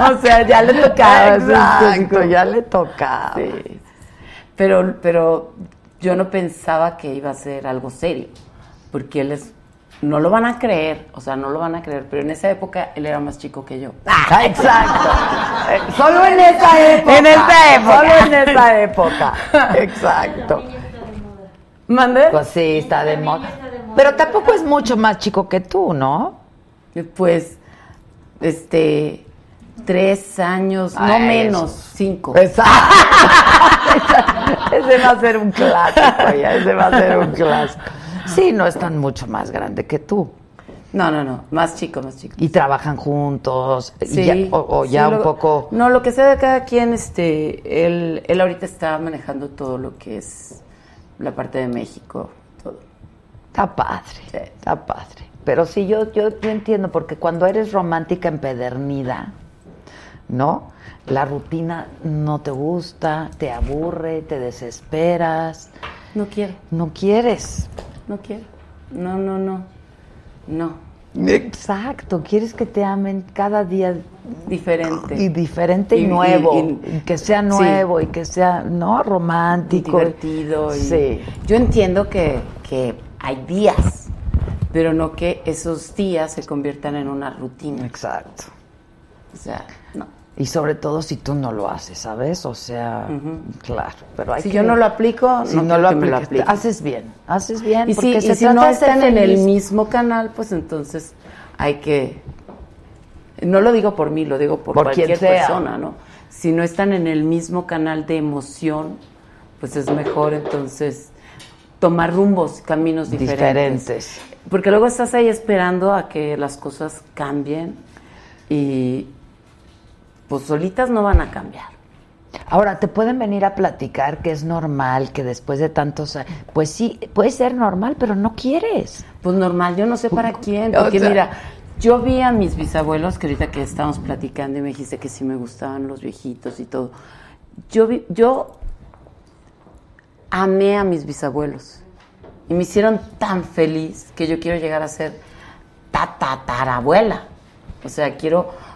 [SPEAKER 1] o sea, ya le tocaba.
[SPEAKER 3] Exacto, ya le tocaba.
[SPEAKER 1] Sí. Pero, pero yo no pensaba que iba a ser algo serio, porque él es, no lo van a creer, o sea, no lo van a creer, pero en esa época él era más chico que yo.
[SPEAKER 3] Ah, Exacto. Eh, Solo en esa época.
[SPEAKER 1] En esa época.
[SPEAKER 3] Solo en esa época. Exacto.
[SPEAKER 1] ¿Mande?
[SPEAKER 3] Pues sí, está de moda. Pero tampoco es mucho más chico que tú, ¿no?
[SPEAKER 1] Pues, este, tres años, no
[SPEAKER 3] Ay,
[SPEAKER 1] menos,
[SPEAKER 3] eso.
[SPEAKER 1] cinco.
[SPEAKER 3] Exacto. ese va a ser un clásico, ya. Ese va a ser un clásico. Sí, no es tan mucho más grande que tú.
[SPEAKER 1] No, no, no, más chico, más chico.
[SPEAKER 3] Y trabajan juntos. y
[SPEAKER 1] Sí,
[SPEAKER 3] ya- o, o
[SPEAKER 1] sí,
[SPEAKER 3] ya un
[SPEAKER 1] lo-
[SPEAKER 3] poco.
[SPEAKER 1] No, lo que sea de cada quien, este, él, él ahorita está manejando todo lo que es la parte de México, todo.
[SPEAKER 3] Está padre,
[SPEAKER 1] Sí.
[SPEAKER 3] está padre. Pero sí, yo, yo, yo entiendo, porque cuando eres romántica empedernida, ¿no? La rutina no te gusta, te aburre, te desesperas,
[SPEAKER 1] No quiero,
[SPEAKER 3] no quieres.
[SPEAKER 1] no quiero. No, no, no. No,
[SPEAKER 3] Exacto, quieres que te amen cada día
[SPEAKER 1] diferente.
[SPEAKER 3] y diferente y,
[SPEAKER 1] Y- y-
[SPEAKER 3] nuevo,
[SPEAKER 1] y-
[SPEAKER 3] y que sea
[SPEAKER 1] sí.
[SPEAKER 3] nuevo y que sea, ¿no?
[SPEAKER 1] y
[SPEAKER 3] Romántico.
[SPEAKER 1] divertido. y-
[SPEAKER 3] Sí.
[SPEAKER 1] Yo entiendo que, que hay días, pero no que esos días se conviertan en una rutina.
[SPEAKER 3] Exacto.
[SPEAKER 1] O sea, no.
[SPEAKER 3] Y sobre todo si tú no lo haces, ¿sabes? O sea, claro, pero hay
[SPEAKER 1] Si
[SPEAKER 3] que-
[SPEAKER 1] yo no lo aplico,
[SPEAKER 3] si
[SPEAKER 1] no,
[SPEAKER 3] no,
[SPEAKER 1] quiero
[SPEAKER 3] lo
[SPEAKER 1] que me lo
[SPEAKER 3] aplicas,
[SPEAKER 1] apliquen.
[SPEAKER 3] haces bien, haces bien.
[SPEAKER 1] Y si,
[SPEAKER 3] porque
[SPEAKER 1] y
[SPEAKER 3] se
[SPEAKER 1] si
[SPEAKER 3] trata
[SPEAKER 1] no
[SPEAKER 3] de ser
[SPEAKER 1] están en el
[SPEAKER 3] feliz.
[SPEAKER 1] mismo canal, pues entonces hay que... No lo digo por mí, lo digo por,
[SPEAKER 3] Por quien
[SPEAKER 1] cualquier
[SPEAKER 3] sea.
[SPEAKER 1] persona, ¿no? Si no están en el mismo canal de emoción, pues es mejor entonces tomar rumbos, caminos
[SPEAKER 3] Diferentes.
[SPEAKER 1] Porque luego estás ahí esperando a que las cosas cambien y pues solitas no van a cambiar.
[SPEAKER 3] Ahora, te pueden venir a platicar que es normal, que después de tantos años, pues sí, puede ser normal, pero no quieres.
[SPEAKER 1] Pues normal, yo no sé para quién, porque
[SPEAKER 3] O sea-
[SPEAKER 1] mira, yo vi a mis bisabuelos que ahorita que estábamos platicando y me dijiste que sí me gustaban los viejitos y todo. Yo vi, yo amé a mis bisabuelos y me hicieron tan feliz que yo quiero llegar a ser tatatarabuela. O sea, quiero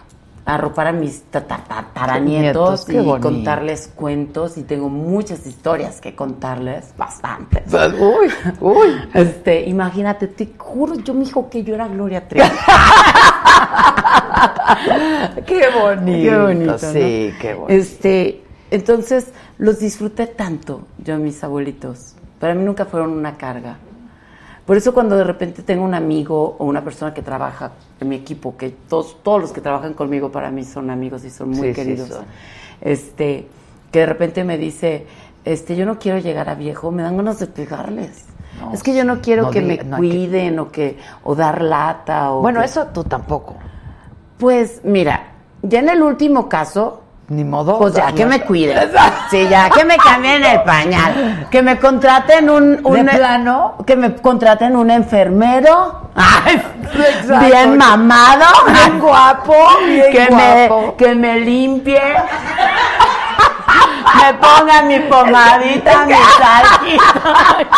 [SPEAKER 1] arropar a mis
[SPEAKER 3] Nietos,
[SPEAKER 1] tataranietos
[SPEAKER 3] qué
[SPEAKER 1] y
[SPEAKER 3] bonito.
[SPEAKER 1] contarles cuentos y tengo muchas historias que contarles, bastantes.
[SPEAKER 3] Pues, Uy, uy.
[SPEAKER 1] Este, imagínate, te juro, yo me dijo que yo era Gloria Trevi.
[SPEAKER 3] Qué bonito.
[SPEAKER 1] Qué bonito, ¿no?
[SPEAKER 3] Sí, qué bonito.
[SPEAKER 1] Este, entonces los disfruté tanto yo a mis abuelitos. Para mí nunca fueron una carga. Por eso cuando de repente tengo un amigo o una persona que trabaja en mi equipo, que todos todos los que trabajan conmigo para mí son amigos y son muy
[SPEAKER 3] Sí, sí,
[SPEAKER 1] queridos.
[SPEAKER 3] son.
[SPEAKER 1] Este, que de repente me dice, este, yo no quiero llegar a viejo, me dan ganas de pegarles.
[SPEAKER 3] No,
[SPEAKER 1] es que yo no quiero
[SPEAKER 3] no
[SPEAKER 1] que
[SPEAKER 3] di-
[SPEAKER 1] me
[SPEAKER 3] no hay que-
[SPEAKER 1] cuiden o que o dar lata o
[SPEAKER 3] Bueno,
[SPEAKER 1] que-
[SPEAKER 3] eso tú tampoco.
[SPEAKER 1] Pues mira, ya en el último caso
[SPEAKER 3] Ni modo.
[SPEAKER 1] pues ya
[SPEAKER 3] no-
[SPEAKER 1] que me cuiden. Sí, ya que me cambien el pañal. Que me contraten un, un plano. Que me contraten un enfermero. Ay,
[SPEAKER 3] Exacto.
[SPEAKER 1] bien mamado.
[SPEAKER 3] Bien guapo, bien
[SPEAKER 1] que
[SPEAKER 3] guapo.
[SPEAKER 1] me que me limpie. Me ponga mi pomadita, mi sal.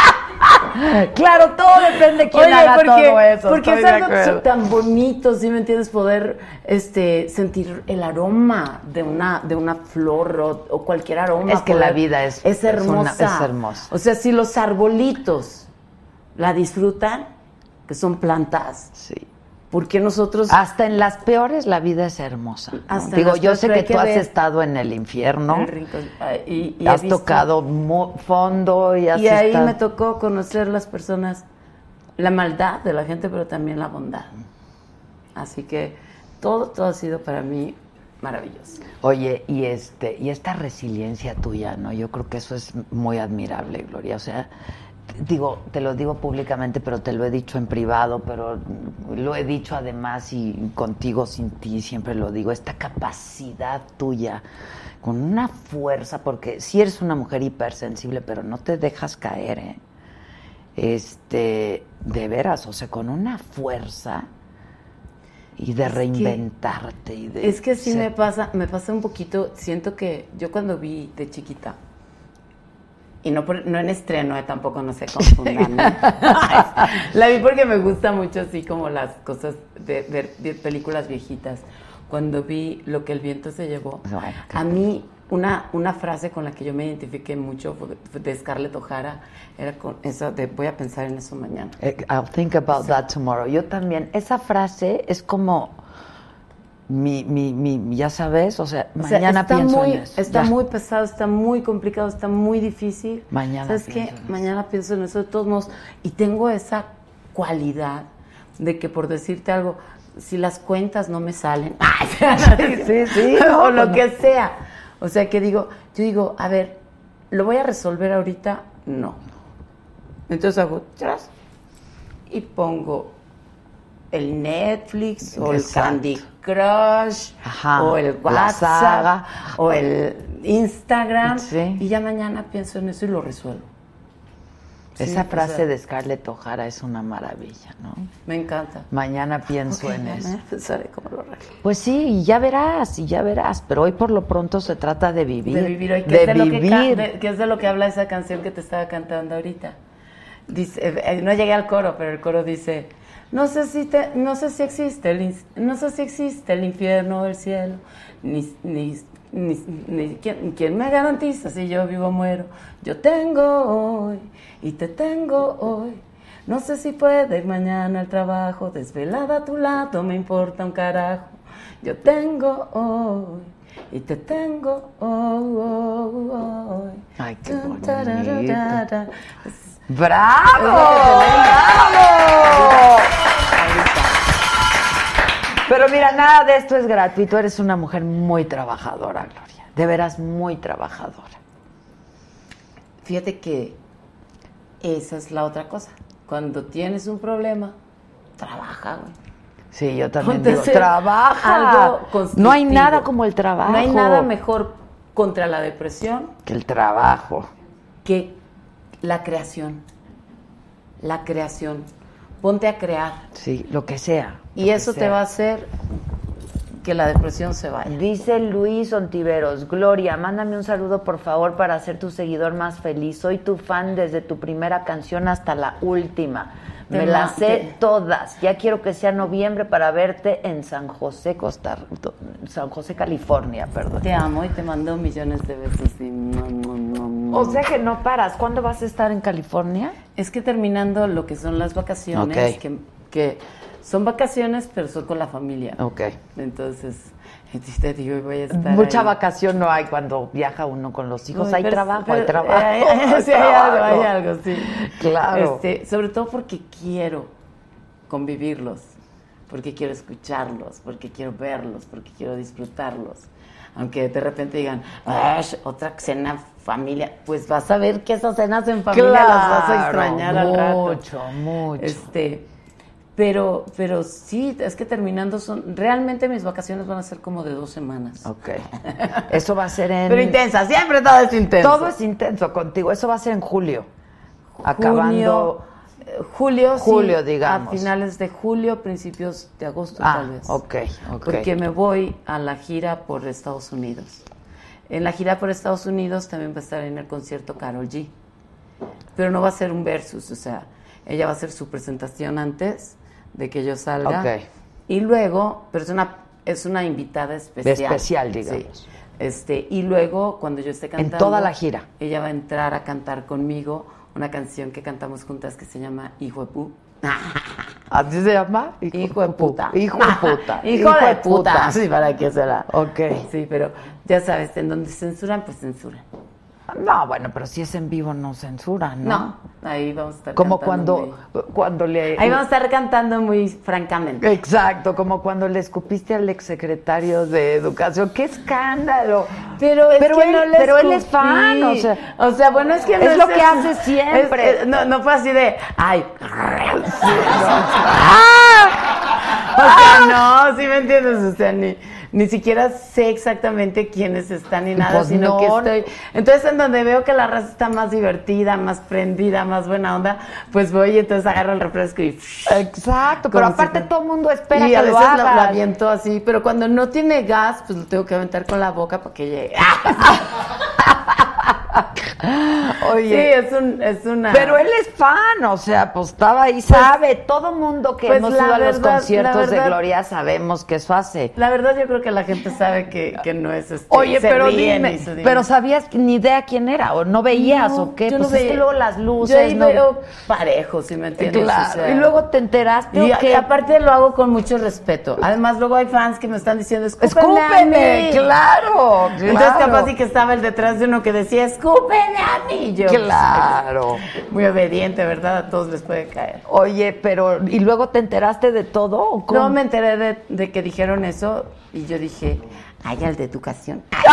[SPEAKER 3] Claro, todo depende de quién haga todo eso.
[SPEAKER 1] porque
[SPEAKER 3] estoy
[SPEAKER 1] es
[SPEAKER 3] de
[SPEAKER 1] algo que
[SPEAKER 3] acuerdo.
[SPEAKER 1] son tan bonito, si me entiendes, poder este sentir el aroma de una de una flor o, o cualquier aroma.
[SPEAKER 3] Es que
[SPEAKER 1] poder-
[SPEAKER 3] la vida es-
[SPEAKER 1] es
[SPEAKER 3] es una-
[SPEAKER 1] hermosa,
[SPEAKER 3] es hermosa.
[SPEAKER 1] O sea, si los arbolitos la disfrutan, que son plantas,
[SPEAKER 3] Sí.
[SPEAKER 1] porque nosotros
[SPEAKER 3] Hasta en las peores la vida es hermosa. ¿no?
[SPEAKER 1] Hasta
[SPEAKER 3] Digo,
[SPEAKER 1] las
[SPEAKER 3] yo
[SPEAKER 1] peores,
[SPEAKER 3] sé
[SPEAKER 1] pero
[SPEAKER 3] que
[SPEAKER 1] hay que
[SPEAKER 3] tú has
[SPEAKER 1] ver
[SPEAKER 3] estado en el infierno,
[SPEAKER 1] el rincón, eh, y, y he
[SPEAKER 3] has
[SPEAKER 1] visto-
[SPEAKER 3] tocado mu- fondo y has
[SPEAKER 1] y ahí
[SPEAKER 3] estado-
[SPEAKER 1] me tocó conocer las personas, la maldad de la gente, pero también la bondad. Así que todo todo ha sido para mí maravilloso.
[SPEAKER 3] Oye, y este, y esta resiliencia tuya, ¿no? Yo creo que eso es muy admirable, Gloria. O sea, t- digo, te lo digo públicamente, pero te lo he dicho en privado, pero lo he dicho además y contigo, sin ti, siempre lo digo. Esta capacidad tuya, con una fuerza, porque sí eres una mujer hipersensible, pero no te dejas caer, ¿eh? Este, de veras, o sea, con una fuerza y de
[SPEAKER 1] Es que-
[SPEAKER 3] reinventarte y de
[SPEAKER 1] Es que sí
[SPEAKER 3] ser-
[SPEAKER 1] me pasa, me pasa un poquito, siento que yo cuando vi de chiquita, y no, por- no en estreno, eh, tampoco no se confundan. ¿no? la vi porque me gusta mucho así como las cosas, de, ver vi- películas viejitas. Cuando vi Lo que el viento se llevó,
[SPEAKER 3] Ay, qué
[SPEAKER 1] a mí una, una frase con la que yo me identifiqué mucho fue fue de Scarlett O'Hara, era con eso de voy a pensar en eso mañana.
[SPEAKER 3] Eh, I'll think about that tomorrow. Yo también. Esa frase es como mi, mi, mi, ya sabes, o sea,
[SPEAKER 1] O sea,
[SPEAKER 3] mañana
[SPEAKER 1] está
[SPEAKER 3] pienso
[SPEAKER 1] muy,
[SPEAKER 3] en eso.
[SPEAKER 1] Está
[SPEAKER 3] Ya.
[SPEAKER 1] muy pesado, está muy complicado, está muy difícil.
[SPEAKER 3] Mañana
[SPEAKER 1] ¿Sabes
[SPEAKER 3] pienso
[SPEAKER 1] qué?
[SPEAKER 3] en eso.
[SPEAKER 1] Mañana pienso en eso de todos modos. Y tengo esa cualidad de que por decirte algo, si las cuentas no me salen, ¡ay!
[SPEAKER 3] Sí, sí,
[SPEAKER 1] o
[SPEAKER 3] no, pues
[SPEAKER 1] lo
[SPEAKER 3] no.
[SPEAKER 1] que sea. O sea que digo, yo digo, a ver, ¿lo voy a resolver ahorita? No. Entonces hago tras y pongo el Netflix o el
[SPEAKER 3] Exacto.
[SPEAKER 1] Candy Crush
[SPEAKER 3] Ajá,
[SPEAKER 1] o el
[SPEAKER 3] la
[SPEAKER 1] WhatsApp
[SPEAKER 3] saga.
[SPEAKER 1] o el Instagram
[SPEAKER 3] Sí.
[SPEAKER 1] y ya mañana pienso en eso y lo resuelvo. Sí,
[SPEAKER 3] Esa
[SPEAKER 1] o
[SPEAKER 3] frase
[SPEAKER 1] sea,
[SPEAKER 3] de Scarlett O'Hara es una maravilla, ¿no?
[SPEAKER 1] me encanta.
[SPEAKER 3] Mañana pienso
[SPEAKER 1] Ok,
[SPEAKER 3] en
[SPEAKER 1] ya
[SPEAKER 3] eso.
[SPEAKER 1] mañana pensaré cómo lo arreglo.
[SPEAKER 3] Pues sí, y ya verás, y ya verás. Pero hoy por lo pronto se trata de vivir.
[SPEAKER 1] De vivir hoy, que,
[SPEAKER 3] de
[SPEAKER 1] es de Lo que, ca-
[SPEAKER 3] vivir.
[SPEAKER 1] de- que es de lo que habla esa canción que te estaba cantando ahorita. Dice, eh, eh, no llegué al coro, pero el coro dice, no sé si te- no sé si existe el ins- no sé si existe el infierno o el cielo, ni, ni, ni, ni- ¿quién, quién me garantiza si yo vivo o muero? Yo tengo hoy y te tengo hoy. No sé si puede ir mañana al trabajo, desvelada a tu lado, me importa un carajo. Yo tengo hoy y te tengo hoy.
[SPEAKER 3] Ay, qué
[SPEAKER 1] Tan,
[SPEAKER 3] bonito.
[SPEAKER 1] tararara.
[SPEAKER 3] ¡Bravo!
[SPEAKER 5] ¡Bravo!
[SPEAKER 3] Pero mira, nada de esto es gratuito. Eres una mujer muy trabajadora, Gloria. De veras, muy trabajadora.
[SPEAKER 1] Fíjate que esa es la otra cosa. Cuando tienes un problema, trabaja, güey.
[SPEAKER 3] Sí, yo también
[SPEAKER 1] Ponte a
[SPEAKER 3] digo,
[SPEAKER 1] hacer
[SPEAKER 3] trabaja.
[SPEAKER 1] algo
[SPEAKER 3] no hay
[SPEAKER 1] constructivo.
[SPEAKER 3] nada como el trabajo.
[SPEAKER 1] No hay nada mejor contra la depresión
[SPEAKER 3] que el trabajo.
[SPEAKER 1] que la creación. La creación. Ponte a crear.
[SPEAKER 3] Sí, lo que sea.
[SPEAKER 1] Y
[SPEAKER 3] lo que
[SPEAKER 1] eso te
[SPEAKER 3] sea.
[SPEAKER 1] va a hacer que la depresión se vaya.
[SPEAKER 5] Dice Luis Ontiveros, Gloria, mándame un saludo por favor para ser tu seguidor más feliz. Soy tu fan desde tu primera canción hasta la última.
[SPEAKER 1] Te
[SPEAKER 5] Me las
[SPEAKER 1] ma-
[SPEAKER 5] sé
[SPEAKER 1] te-
[SPEAKER 5] todas. Ya quiero que sea noviembre para verte en San José, Costa, San José, California, perdón.
[SPEAKER 1] Te amo y te mando millones de besos. y mua, mua, mua, mua.
[SPEAKER 5] O sea que no paras. ¿Cuándo vas a estar en California?
[SPEAKER 1] es que terminando lo que son las vacaciones,
[SPEAKER 3] Ok.
[SPEAKER 1] que, que son vacaciones, pero son con la familia.
[SPEAKER 3] Ok.
[SPEAKER 1] Entonces, te digo, voy a estar.
[SPEAKER 3] Mucha
[SPEAKER 1] ahí.
[SPEAKER 3] vacación no hay cuando viaja uno con los hijos.
[SPEAKER 1] Ay,
[SPEAKER 3] hay
[SPEAKER 1] pero-
[SPEAKER 3] trabajo, hay
[SPEAKER 1] pero-
[SPEAKER 3] trabajo.
[SPEAKER 1] eh, eh,
[SPEAKER 3] hay
[SPEAKER 1] sí, hay algo,
[SPEAKER 3] trabajo.
[SPEAKER 1] hay algo, sí.
[SPEAKER 3] Claro.
[SPEAKER 1] Este, sobre todo porque quiero convivirlos, porque quiero escucharlos, porque quiero verlos, porque quiero disfrutarlos. Aunque de repente digan, "Ash, otra cena familia, pues vas a ver que esas cenas en familia las vas a extrañar al rato.
[SPEAKER 3] mucho, mucho.
[SPEAKER 1] Este, pero, pero sí, es que terminando son, realmente mis vacaciones van a ser como de dos semanas.
[SPEAKER 3] Ok. Eso va a ser en.
[SPEAKER 1] Pero intensa, siempre todo es intenso.
[SPEAKER 3] Todo es intenso contigo. Eso va a ser en julio. Acabando.
[SPEAKER 1] Acabando eh, julio, sí,
[SPEAKER 3] Julio, digamos.
[SPEAKER 1] A finales de julio, principios de agosto,
[SPEAKER 3] Ah,
[SPEAKER 1] tal vez.
[SPEAKER 3] ok, ok.
[SPEAKER 1] Porque me voy a la gira por Estados Unidos. En la gira por Estados Unidos también va a estar en el concierto Carol G. Pero no va a ser un versus, o sea, ella va a hacer su presentación antes de que yo salga.
[SPEAKER 3] Ok.
[SPEAKER 1] Y luego, pero es una, es una invitada especial.
[SPEAKER 3] especial,
[SPEAKER 1] sí.
[SPEAKER 3] digamos.
[SPEAKER 1] Este, y luego, cuando yo esté cantando.
[SPEAKER 3] toda la gira.
[SPEAKER 1] Ella va a entrar a cantar conmigo una canción que cantamos juntas que se llama Hijo de Pu.
[SPEAKER 3] ¿Así Ah, se llama?
[SPEAKER 1] Hijo de puta.
[SPEAKER 3] Hijo de puta.
[SPEAKER 1] Hijo, de puta. Sí, para que se la.
[SPEAKER 3] Ok.
[SPEAKER 1] Sí, pero ya sabes, en donde censuran, pues censuran.
[SPEAKER 3] No, bueno, pero si es en vivo no censuran, ¿no?
[SPEAKER 1] No, ahí vamos a estar
[SPEAKER 3] Como
[SPEAKER 1] cantando
[SPEAKER 3] cuando, cuando le.
[SPEAKER 1] muy- Ahí vamos a estar cantando muy francamente.
[SPEAKER 3] Exacto, como cuando le escupiste al exsecretario de Educación. ¡Qué escándalo!
[SPEAKER 1] Pero, es
[SPEAKER 3] Pero
[SPEAKER 1] que
[SPEAKER 3] él-
[SPEAKER 1] no le
[SPEAKER 3] pero él es
[SPEAKER 1] escupí.
[SPEAKER 3] fan, o sea-
[SPEAKER 1] O sea, bueno, es que no
[SPEAKER 3] Es lo que hace siempre.
[SPEAKER 1] es- es- no, no fue así de, ay. sí, no.
[SPEAKER 3] Ah.
[SPEAKER 1] O sea, no, sí me entiendes, o sea, ni, ni siquiera sé exactamente quiénes están ni nada,
[SPEAKER 3] Pues
[SPEAKER 1] sino
[SPEAKER 3] no.
[SPEAKER 1] que estoy. Entonces, en donde veo que la raza está más divertida, más prendida, más buena onda, pues voy y entonces agarro el refresco y.
[SPEAKER 3] Exacto, pero
[SPEAKER 1] Como si
[SPEAKER 3] aparte
[SPEAKER 1] fuera-
[SPEAKER 3] todo el mundo espera
[SPEAKER 1] y
[SPEAKER 3] que
[SPEAKER 1] a
[SPEAKER 3] lo
[SPEAKER 1] veces lo, lo
[SPEAKER 3] hagas.
[SPEAKER 1] aviento así, pero cuando no tiene gas, pues lo tengo que aventar con la boca para que llegue. Sí,
[SPEAKER 3] Oye,
[SPEAKER 1] es, un, es una.
[SPEAKER 3] pero él es fan, o sea, pues estaba ahí, sabe, todo mundo que
[SPEAKER 1] pues,
[SPEAKER 3] hemos
[SPEAKER 1] la
[SPEAKER 3] ido a los
[SPEAKER 1] verdad, la
[SPEAKER 3] conciertos de
[SPEAKER 1] verdad-
[SPEAKER 3] Gloria sabemos que eso hace.
[SPEAKER 1] La verdad, yo creo que la gente sabe que, que no es este.
[SPEAKER 3] Oye,
[SPEAKER 1] se
[SPEAKER 3] pero
[SPEAKER 1] ríen
[SPEAKER 3] dime,
[SPEAKER 1] y se dicen,
[SPEAKER 3] pero sabías que ni idea quién era, o no veías,
[SPEAKER 1] "No,
[SPEAKER 3] o qué,
[SPEAKER 1] yo
[SPEAKER 3] pues
[SPEAKER 1] no
[SPEAKER 3] es que
[SPEAKER 1] veo".
[SPEAKER 3] luego las luces,
[SPEAKER 1] Yo ahí
[SPEAKER 3] ¿no?
[SPEAKER 1] veo parejo, si me entiendes.
[SPEAKER 3] Claro,
[SPEAKER 1] o sea.
[SPEAKER 3] y luego te enteraste,
[SPEAKER 1] Y
[SPEAKER 3] o qué?
[SPEAKER 1] a- aparte lo hago con mucho respeto. Además, luego hay fans que me están diciendo, escúpeme.
[SPEAKER 3] ¡Escúpeme! ¡Claro! claro.
[SPEAKER 1] Entonces, capaz y que estaba el detrás de uno que decía, escúpeme a mí. Y yo,
[SPEAKER 3] Claro.
[SPEAKER 1] Muy obediente, ¿verdad? A todos les puede caer.
[SPEAKER 3] Oye, pero ¿y luego te enteraste de todo? ¿O cómo?
[SPEAKER 1] No me enteré de, de que dijeron eso y yo dije, ay, al de educación.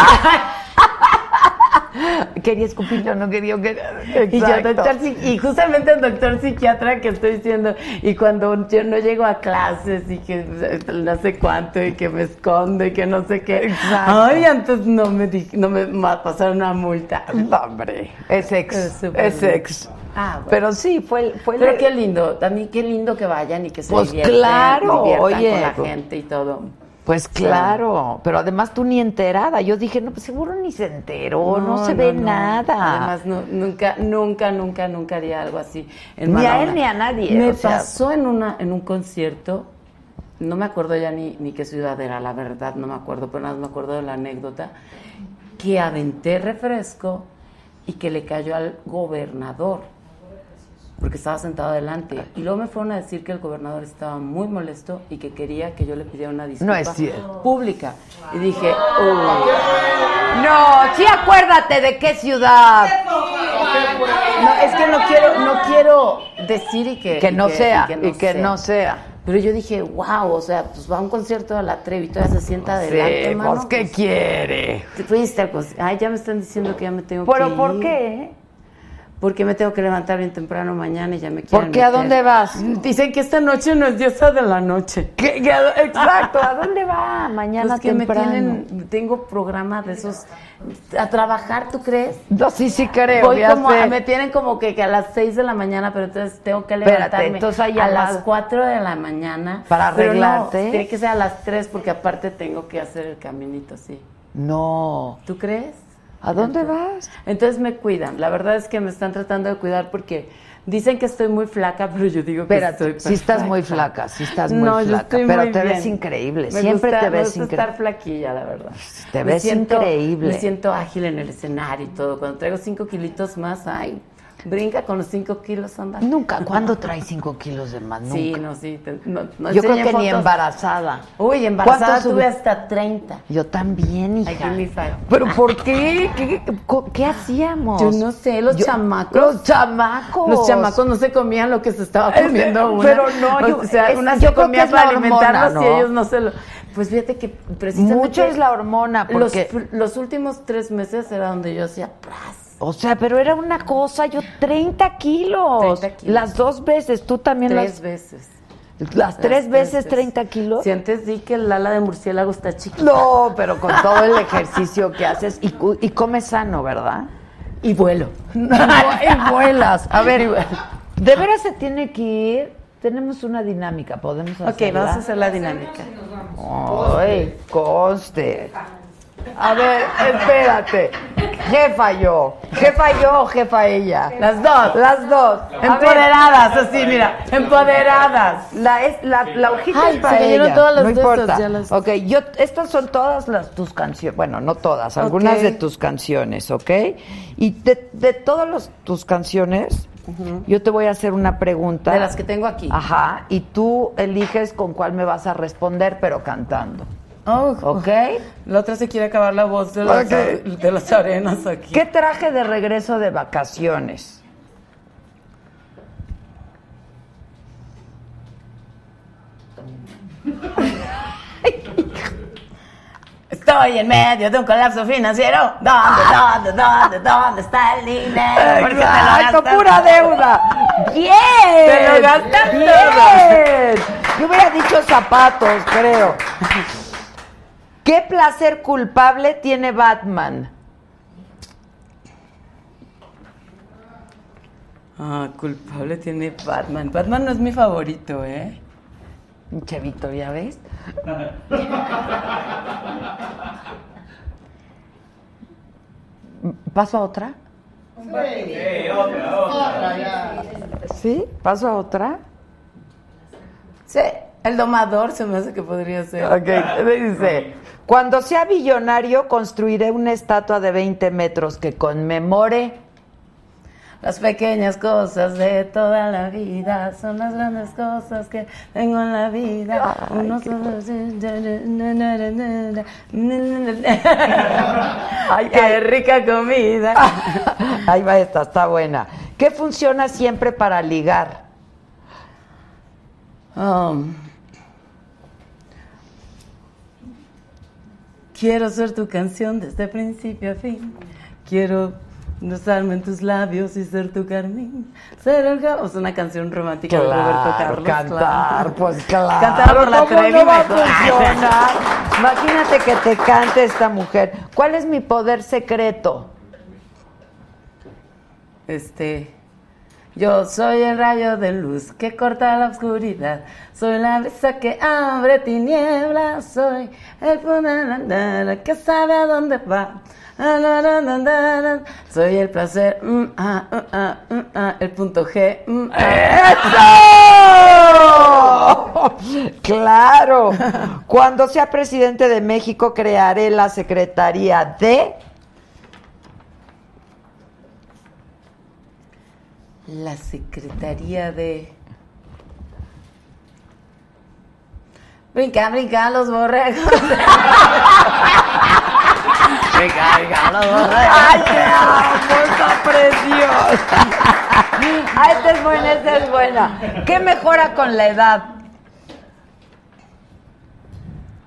[SPEAKER 3] quería escupir, yo no quería que
[SPEAKER 1] Y, yo, doctor psiqui- y justamente el doctor psiquiatra que estoy diciendo, y cuando yo no llego a clases y que eh, no sé cuánto y que me escondo y que no sé qué.
[SPEAKER 3] Exacto.
[SPEAKER 1] Ay, antes no me di- no me ma- pasaron una multa.
[SPEAKER 3] No, hombre, es ex,
[SPEAKER 1] Es
[SPEAKER 3] es,
[SPEAKER 1] súper bien.
[SPEAKER 3] ex.
[SPEAKER 1] Ah, bueno.
[SPEAKER 3] Pero sí, fue, fue
[SPEAKER 1] Pero qué lindo, también qué lindo que vayan y que se
[SPEAKER 3] Pues
[SPEAKER 1] diviertan,
[SPEAKER 3] claro,
[SPEAKER 1] diviertan
[SPEAKER 3] oye.
[SPEAKER 1] con la gente y todo.
[SPEAKER 3] Pues claro, pero además tú ni enterada. Yo dije, no, pues seguro ni se enteró, no, se ve
[SPEAKER 1] no.
[SPEAKER 3] nada.
[SPEAKER 1] Además, no- nunca, nunca, nunca, nunca haría algo así. en
[SPEAKER 3] Ni a
[SPEAKER 1] mala
[SPEAKER 3] él
[SPEAKER 1] onda.
[SPEAKER 3] ni a nadie,
[SPEAKER 1] Me
[SPEAKER 3] o sea.
[SPEAKER 1] pasó en, una, en un concierto, no me acuerdo ya ni, ni qué ciudad era, la verdad, no me acuerdo, pero nada más me acuerdo de la anécdota, que aventé refresco y que le cayó al gobernador, porque estaba sentado adelante. Y luego me fueron a decir que el gobernador estaba muy molesto y que quería que yo le pidiera una disculpa
[SPEAKER 3] es cierto.
[SPEAKER 1] pública. Y dije, "Oh, uy.
[SPEAKER 3] no, sí acuérdate de qué ciudad.
[SPEAKER 1] No, es que no quiero, no quiero decir y que,
[SPEAKER 3] Que no
[SPEAKER 1] y
[SPEAKER 3] sea,
[SPEAKER 1] y
[SPEAKER 3] y que no sea.
[SPEAKER 1] Pero yo dije, wow, o sea, pues va a un concierto a la Trevi, todavía se sienta adelante,
[SPEAKER 3] Sí,
[SPEAKER 1] mano,
[SPEAKER 3] pues qué
[SPEAKER 1] pues,
[SPEAKER 3] quiere.
[SPEAKER 1] te fuiste al conci- Ay, ya me están diciendo que ya me tengo que
[SPEAKER 3] Pero ¿por
[SPEAKER 1] ir.
[SPEAKER 3] qué?
[SPEAKER 1] porque me tengo que levantar bien temprano mañana y ya me quieren
[SPEAKER 3] ¿Por qué a
[SPEAKER 1] meter.
[SPEAKER 3] dónde vas?
[SPEAKER 1] Dicen que esta noche no es diosa de la noche.
[SPEAKER 3] ¿Qué- qué- exacto, ¿a dónde va? Mañana
[SPEAKER 1] Pues que
[SPEAKER 3] temprano.
[SPEAKER 1] me tienen, tengo programa de esos, a trabajar, ¿tú crees?
[SPEAKER 3] No, sí, sí creo.
[SPEAKER 1] Voy
[SPEAKER 3] ya
[SPEAKER 1] como,
[SPEAKER 3] sé.
[SPEAKER 1] me tienen como que, que a las 6 de la mañana, pero entonces tengo que
[SPEAKER 3] Espérate,
[SPEAKER 1] levantarme
[SPEAKER 3] entonces hay
[SPEAKER 1] a
[SPEAKER 3] llamada.
[SPEAKER 1] las 4 de la mañana.
[SPEAKER 3] Para
[SPEAKER 1] Pero no,
[SPEAKER 3] arreglarte.
[SPEAKER 1] tiene que ser a las 3 porque aparte tengo que hacer el caminito, sí.
[SPEAKER 3] No.
[SPEAKER 1] ¿Tú crees?
[SPEAKER 3] ¿A dónde
[SPEAKER 1] Entonces-
[SPEAKER 3] vas?
[SPEAKER 1] Entonces me cuidan. La verdad es que me están tratando de cuidar porque dicen que estoy muy flaca, pero yo digo que estoy
[SPEAKER 3] Espérate, si estás muy
[SPEAKER 1] perfecta.
[SPEAKER 3] flaca, si estás muy
[SPEAKER 1] No, yo
[SPEAKER 3] flaca,
[SPEAKER 1] estoy
[SPEAKER 3] pero
[SPEAKER 1] muy
[SPEAKER 3] te ves
[SPEAKER 1] bien.
[SPEAKER 3] increíble,
[SPEAKER 1] Me
[SPEAKER 3] siempre
[SPEAKER 1] gusta-
[SPEAKER 3] te ves
[SPEAKER 1] Me gusta
[SPEAKER 3] increíble.
[SPEAKER 1] estar flaquilla, la verdad.
[SPEAKER 3] Te
[SPEAKER 1] Me
[SPEAKER 3] ves increíble.
[SPEAKER 1] Me siento ágil en el escenario y todo. Cuando traigo cinco kilitos más, ay, brinca con los cinco kilos, anda.
[SPEAKER 3] Nunca, ¿cuándo traes 5 kilos de más? Nunca.
[SPEAKER 1] Sí, no, sí. te- no- no
[SPEAKER 3] Yo creo que
[SPEAKER 1] enseñé
[SPEAKER 3] ni
[SPEAKER 1] fotos.
[SPEAKER 3] embarazada.
[SPEAKER 1] Uy, embarazada
[SPEAKER 3] ¿Cuánto
[SPEAKER 1] tuve
[SPEAKER 3] sub-
[SPEAKER 1] hasta 30.
[SPEAKER 3] Yo también,
[SPEAKER 1] Ay,
[SPEAKER 3] hija.
[SPEAKER 1] give me five.
[SPEAKER 3] ¿Pero por qué? ¿Qué, co- qué hacíamos?
[SPEAKER 1] Yo no sé, los
[SPEAKER 3] Yo-
[SPEAKER 1] chamacos.
[SPEAKER 3] Los chamacos.
[SPEAKER 1] Los chamacos no se comían lo que se estaba
[SPEAKER 3] Es-
[SPEAKER 1] comiendo una.
[SPEAKER 3] Oh. Eh, pero no, yo-
[SPEAKER 1] o sea,
[SPEAKER 3] es-
[SPEAKER 1] una
[SPEAKER 3] yo
[SPEAKER 1] se
[SPEAKER 3] creo que
[SPEAKER 1] comía
[SPEAKER 3] es la
[SPEAKER 1] para
[SPEAKER 3] hormona,
[SPEAKER 1] alimentarlos y
[SPEAKER 3] ¿no?
[SPEAKER 1] ellos no se lo. Pues fíjate que precisamente.
[SPEAKER 3] Mucho es la hormona,
[SPEAKER 1] Los,
[SPEAKER 3] porque...
[SPEAKER 1] pr- los últimos tres meses era donde yo hacía pras.
[SPEAKER 3] O sea, pero era una cosa, yo 30 kilos.
[SPEAKER 1] 30 kilos.
[SPEAKER 3] Las dos veces, tú también
[SPEAKER 1] Tres veces.
[SPEAKER 3] las, las tres veces 30 kilos.
[SPEAKER 1] Si antes di que el ala de murciélago está chiquita.
[SPEAKER 3] No, pero con todo el ejercicio que haces y, cu- y comes sano, ¿verdad?
[SPEAKER 1] Y vuelo.
[SPEAKER 3] y vuelas. A
[SPEAKER 1] Y
[SPEAKER 3] ver,
[SPEAKER 1] vuelo.
[SPEAKER 3] de veras se tiene que ir. Tenemos una dinámica, podemos hacerla.
[SPEAKER 1] Ok, vamos a hacer la dinámica.
[SPEAKER 3] Ay, conste. A ver, espérate. Jefa yo. Jefa yo o jefa ella.
[SPEAKER 1] Las dos.
[SPEAKER 3] Las dos.
[SPEAKER 1] Empoderadas, así, mira. Empoderadas.
[SPEAKER 3] La, es, la, la hojita
[SPEAKER 1] Ay,
[SPEAKER 3] es para
[SPEAKER 1] se cayeron
[SPEAKER 3] ella,
[SPEAKER 1] todas las
[SPEAKER 3] no
[SPEAKER 1] de
[SPEAKER 3] importa.
[SPEAKER 1] estas, ya las-
[SPEAKER 3] Ok, yo, estas son todas las tus canciones, bueno, no todas, algunas
[SPEAKER 1] Ok.
[SPEAKER 3] de tus canciones, ¿ok? Y de, de todas las- tus canciones, yo te voy a hacer una pregunta.
[SPEAKER 1] De las que tengo aquí.
[SPEAKER 3] Ajá, y tú eliges con cuál me vas a responder, pero cantando,
[SPEAKER 1] Oh,
[SPEAKER 3] ¿ok?
[SPEAKER 1] La otra se quiere acabar la voz de las,
[SPEAKER 3] Ok.
[SPEAKER 1] de las arenas aquí.
[SPEAKER 3] ¿Qué traje de regreso de vacaciones?
[SPEAKER 1] Estoy en medio de un colapso financiero. ¿Dónde, dónde, dónde, dónde está el dinero? Porque te lo
[SPEAKER 3] ¡Exacto,
[SPEAKER 1] gastas
[SPEAKER 3] pura
[SPEAKER 1] todo.
[SPEAKER 3] deuda! ¡Bien!
[SPEAKER 1] Te lo gastas
[SPEAKER 3] ¡Bien! Yo hubiera dicho zapatos, creo. ¿Qué placer culpable tiene Batman?
[SPEAKER 1] Ah, culpable tiene Batman. Batman no es mi favorito, ¿eh?
[SPEAKER 3] Pinche Victoria, ¿ves? ¿Paso a otra? ¿Sí? ¿Paso a otra?
[SPEAKER 1] Sí, el domador se me hace que podría ser.
[SPEAKER 3] Ok, dice, cuando sea billonario construiré una estatua de 20 metros que conmemore...
[SPEAKER 1] Las pequeñas cosas de toda la vida son las grandes cosas que tengo en la vida.
[SPEAKER 3] Ay,
[SPEAKER 1] Uno
[SPEAKER 3] qué
[SPEAKER 1] solo-
[SPEAKER 3] Ay, ay.
[SPEAKER 1] Ay, qué rica comida.
[SPEAKER 3] Ahí va esta, está buena. ¿Qué funciona siempre para ligar?
[SPEAKER 1] Um, quiero ser tu canción desde principio a fin. Quiero besarme en tus labios y ser tu carmín. Ser el ga- o sea, una canción romántica de Roberto Carlos.
[SPEAKER 3] cantar,
[SPEAKER 1] claro.
[SPEAKER 3] pues claro.
[SPEAKER 1] Cantar por la
[SPEAKER 3] ¿cómo
[SPEAKER 1] Trevi
[SPEAKER 3] no va a
[SPEAKER 1] mejor?
[SPEAKER 3] funcionar? Imagínate que te cante esta mujer. ¿Cuál es mi poder secreto?
[SPEAKER 1] Este. Yo soy el rayo de luz que corta la oscuridad. Soy la brisa que abre tinieblas. Soy el punanandara que sabe a dónde va. Ah, Ananandara. Soy el placer. mm, ah, mm, ah, mm, ah, el punto G. mm, ah.
[SPEAKER 3] ¡Eso! Claro. Cuando sea presidente de México crearé la Secretaría de
[SPEAKER 1] La Secretaría de. Brinca, brinca los borregos. brinca, brinca los borregos.
[SPEAKER 3] ¡Ay, te amo! ¡Está preciosa! ¡Ay, Ah, esta es buena, esta es buena! ¿Qué mejora con la edad?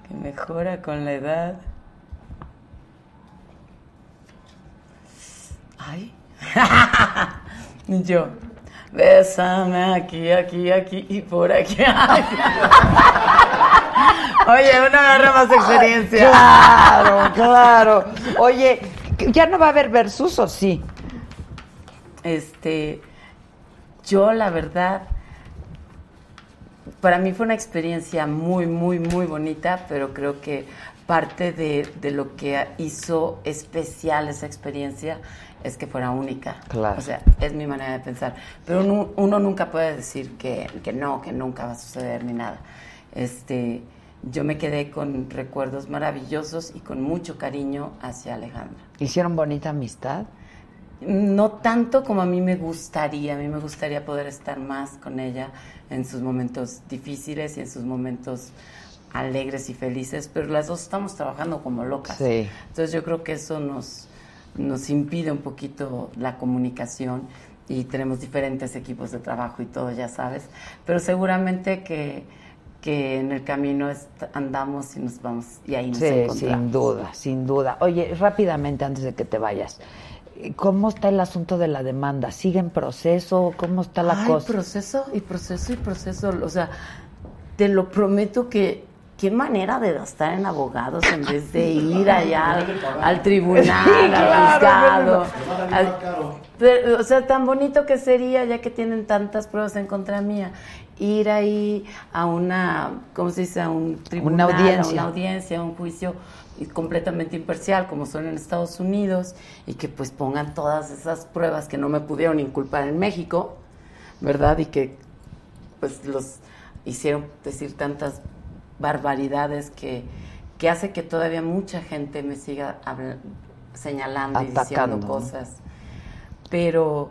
[SPEAKER 1] que mejora con la edad. Ay. Yo. Bésame aquí, aquí, aquí y por aquí. Oye, uno agarra más experiencia.
[SPEAKER 3] Claro, claro. Oye, ¿ya no va a haber versus o sí?
[SPEAKER 1] Este, yo la verdad, para mí fue una experiencia muy, muy, muy bonita, pero creo que parte de, de lo que hizo especial esa experiencia es que fuera única.
[SPEAKER 3] Claro.
[SPEAKER 1] O sea, es mi manera de pensar. Pero uno, uno nunca puede decir que, que no, que nunca va a suceder ni nada. Este, yo me quedé con recuerdos maravillosos y con mucho cariño hacia Alejandra.
[SPEAKER 3] ¿Hicieron bonita amistad?
[SPEAKER 1] No tanto como a mí me gustaría, a mí me gustaría poder estar más con ella en sus momentos difíciles y en sus momentos alegres y felices, pero las dos estamos trabajando como locas.
[SPEAKER 3] Sí.
[SPEAKER 1] Entonces yo creo que eso nos, nos impide un poquito la comunicación y tenemos diferentes equipos de trabajo y todo, ya sabes, pero seguramente que, que en el camino est- andamos y nos vamos y ahí nos
[SPEAKER 3] Sí,
[SPEAKER 1] encontramos.
[SPEAKER 3] sin duda, sin duda. Oye, rápidamente antes de que te vayas, ¿cómo está el asunto de la demanda? ¿Sigue en proceso? ¿Cómo está la
[SPEAKER 1] Ay,
[SPEAKER 3] cosa?
[SPEAKER 1] proceso y proceso y proceso. O sea, te lo prometo que qué manera de gastar en abogados en vez de ir allá al, al tribunal, al juzgado. al- pero, o sea, tan bonito que sería, ya que tienen tantas pruebas en contra mía, ir ahí a una, ¿cómo se dice? A un tribunal, a
[SPEAKER 3] audiencia.
[SPEAKER 1] una audiencia, a un juicio y completamente imparcial, como son en Estados Unidos, y que pues pongan todas esas pruebas que no me pudieron inculpar en México, ¿verdad? Y que pues los hicieron decir tantas barbaridades que, que hace que todavía mucha gente me siga habla- señalando y
[SPEAKER 3] Atacando,
[SPEAKER 1] diciendo
[SPEAKER 3] ¿no?
[SPEAKER 1] cosas. Pero,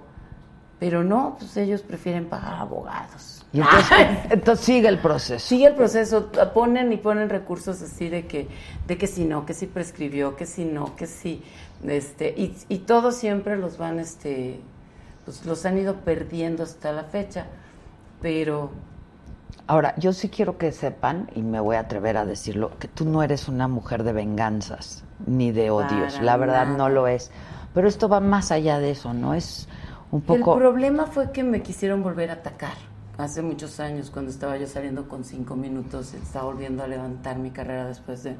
[SPEAKER 1] pero no, pues ellos prefieren pagar abogados.
[SPEAKER 3] Y entonces, entonces sigue el proceso.
[SPEAKER 1] Sigue el proceso, ponen y ponen recursos así de que, de que si no, que si prescribió, que si no, que si, este, y, y todos siempre los van, este, pues los han ido perdiendo hasta la fecha, pero
[SPEAKER 3] Ahora, yo sí quiero que sepan, y me voy a atrever a decirlo, que tú no eres una mujer de venganzas ni de odios.
[SPEAKER 1] Para
[SPEAKER 3] la verdad
[SPEAKER 1] nada.
[SPEAKER 3] no lo es. Pero esto va más allá de eso, ¿no? Es un
[SPEAKER 1] El
[SPEAKER 3] poco...
[SPEAKER 1] problema fue que me quisieron volver a atacar. Hace muchos años, cuando estaba yo saliendo con cinco minutos, estaba volviendo a levantar mi carrera después de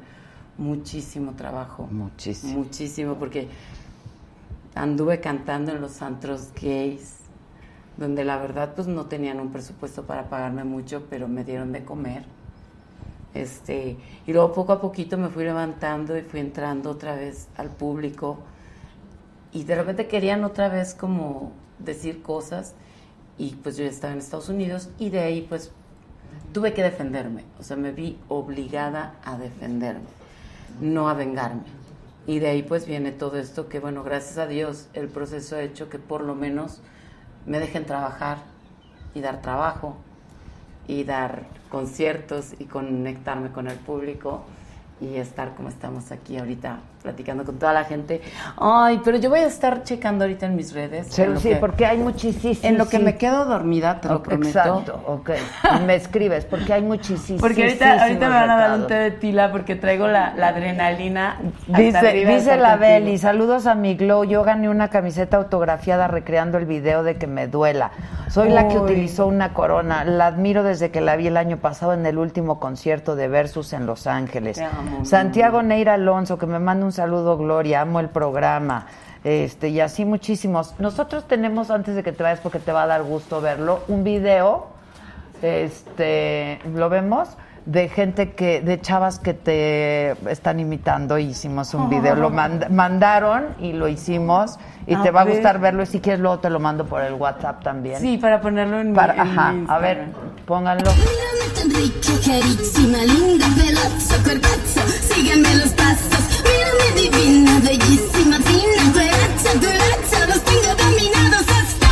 [SPEAKER 1] muchísimo trabajo.
[SPEAKER 3] Muchísimo.
[SPEAKER 1] Muchísimo, porque anduve cantando en los antros gays, donde la verdad pues no tenían un presupuesto para pagarme mucho, pero me dieron de comer. Este, y luego poco a poquito me fui levantando y fui entrando otra vez al público y de repente querían otra vez como decir cosas y pues yo ya estaba en Estados Unidos y de ahí pues tuve que defenderme, o sea, me vi obligada a defenderme, no a vengarme. Y de ahí pues viene todo esto que bueno, gracias a Dios el proceso ha hecho que por lo menos me dejen trabajar y dar trabajo y dar conciertos y conectarme con el público y estar como estamos aquí ahorita platicando con toda la gente. Ay, pero yo voy a estar checando ahorita en mis redes.
[SPEAKER 3] Sí,
[SPEAKER 1] en lo
[SPEAKER 3] sí,
[SPEAKER 1] que-
[SPEAKER 3] porque hay muchísimo...
[SPEAKER 1] en lo que me quedo dormida, te lo prometo.
[SPEAKER 3] Exacto, ok. Y me escribes, porque hay muchísimos
[SPEAKER 1] Porque ahorita, ahorita me van a dar
[SPEAKER 3] recados.
[SPEAKER 1] un té de tila porque traigo la, la adrenalina. hasta
[SPEAKER 3] Dice,
[SPEAKER 1] arriba de
[SPEAKER 3] dice
[SPEAKER 1] estar
[SPEAKER 3] la
[SPEAKER 1] contigo.
[SPEAKER 3] Beli, saludos a mi Glow, yo gané una camiseta autografiada recreando el video de que me duela. Soy la que
[SPEAKER 1] Uy.
[SPEAKER 3] utilizó una corona, la admiro desde que la vi el año pasado en el último concierto de Versus en Los Ángeles.
[SPEAKER 1] Te amo,
[SPEAKER 3] Santiago Neira Alonso, que me manda un saludo, Gloria, amo el programa. Este, y así muchísimos. Nosotros tenemos, antes de que te vayas, porque te va a dar gusto verlo, un video este lo vemos de gente que de chavas que te están imitando y hicimos un video lo mand- mandaron y lo hicimos y
[SPEAKER 1] A
[SPEAKER 3] te va a
[SPEAKER 1] ver.
[SPEAKER 3] gustar verlo y si quieres luego te lo mando por el WhatsApp también
[SPEAKER 1] Sí, para ponerlo en mi-
[SPEAKER 3] Para-
[SPEAKER 1] en mi
[SPEAKER 3] ajá a ver
[SPEAKER 1] Instagram.
[SPEAKER 3] pónganlo
[SPEAKER 9] Mírame tan rica, carísima, linda, veloz, corbazo, síganme los pasos. Mírame divina, bellísima, fina, cueracha, culacha, los tengo dominados hasta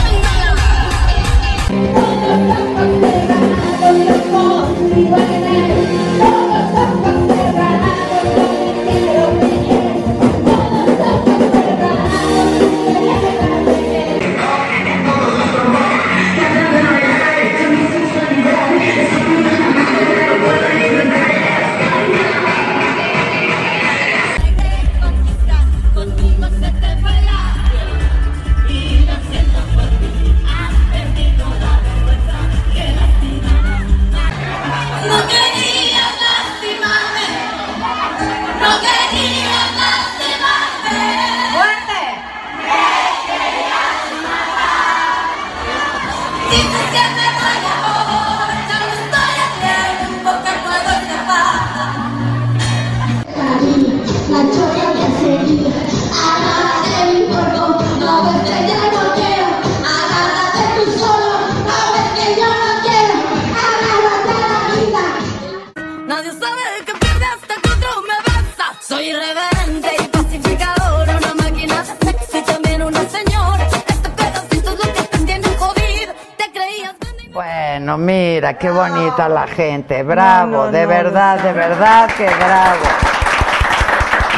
[SPEAKER 3] Bueno, mira, qué bonita
[SPEAKER 1] Ah.
[SPEAKER 3] la gente. Bravo,
[SPEAKER 5] No, no,
[SPEAKER 3] de
[SPEAKER 5] no,
[SPEAKER 3] verdad,
[SPEAKER 5] no.
[SPEAKER 3] de verdad que bravo.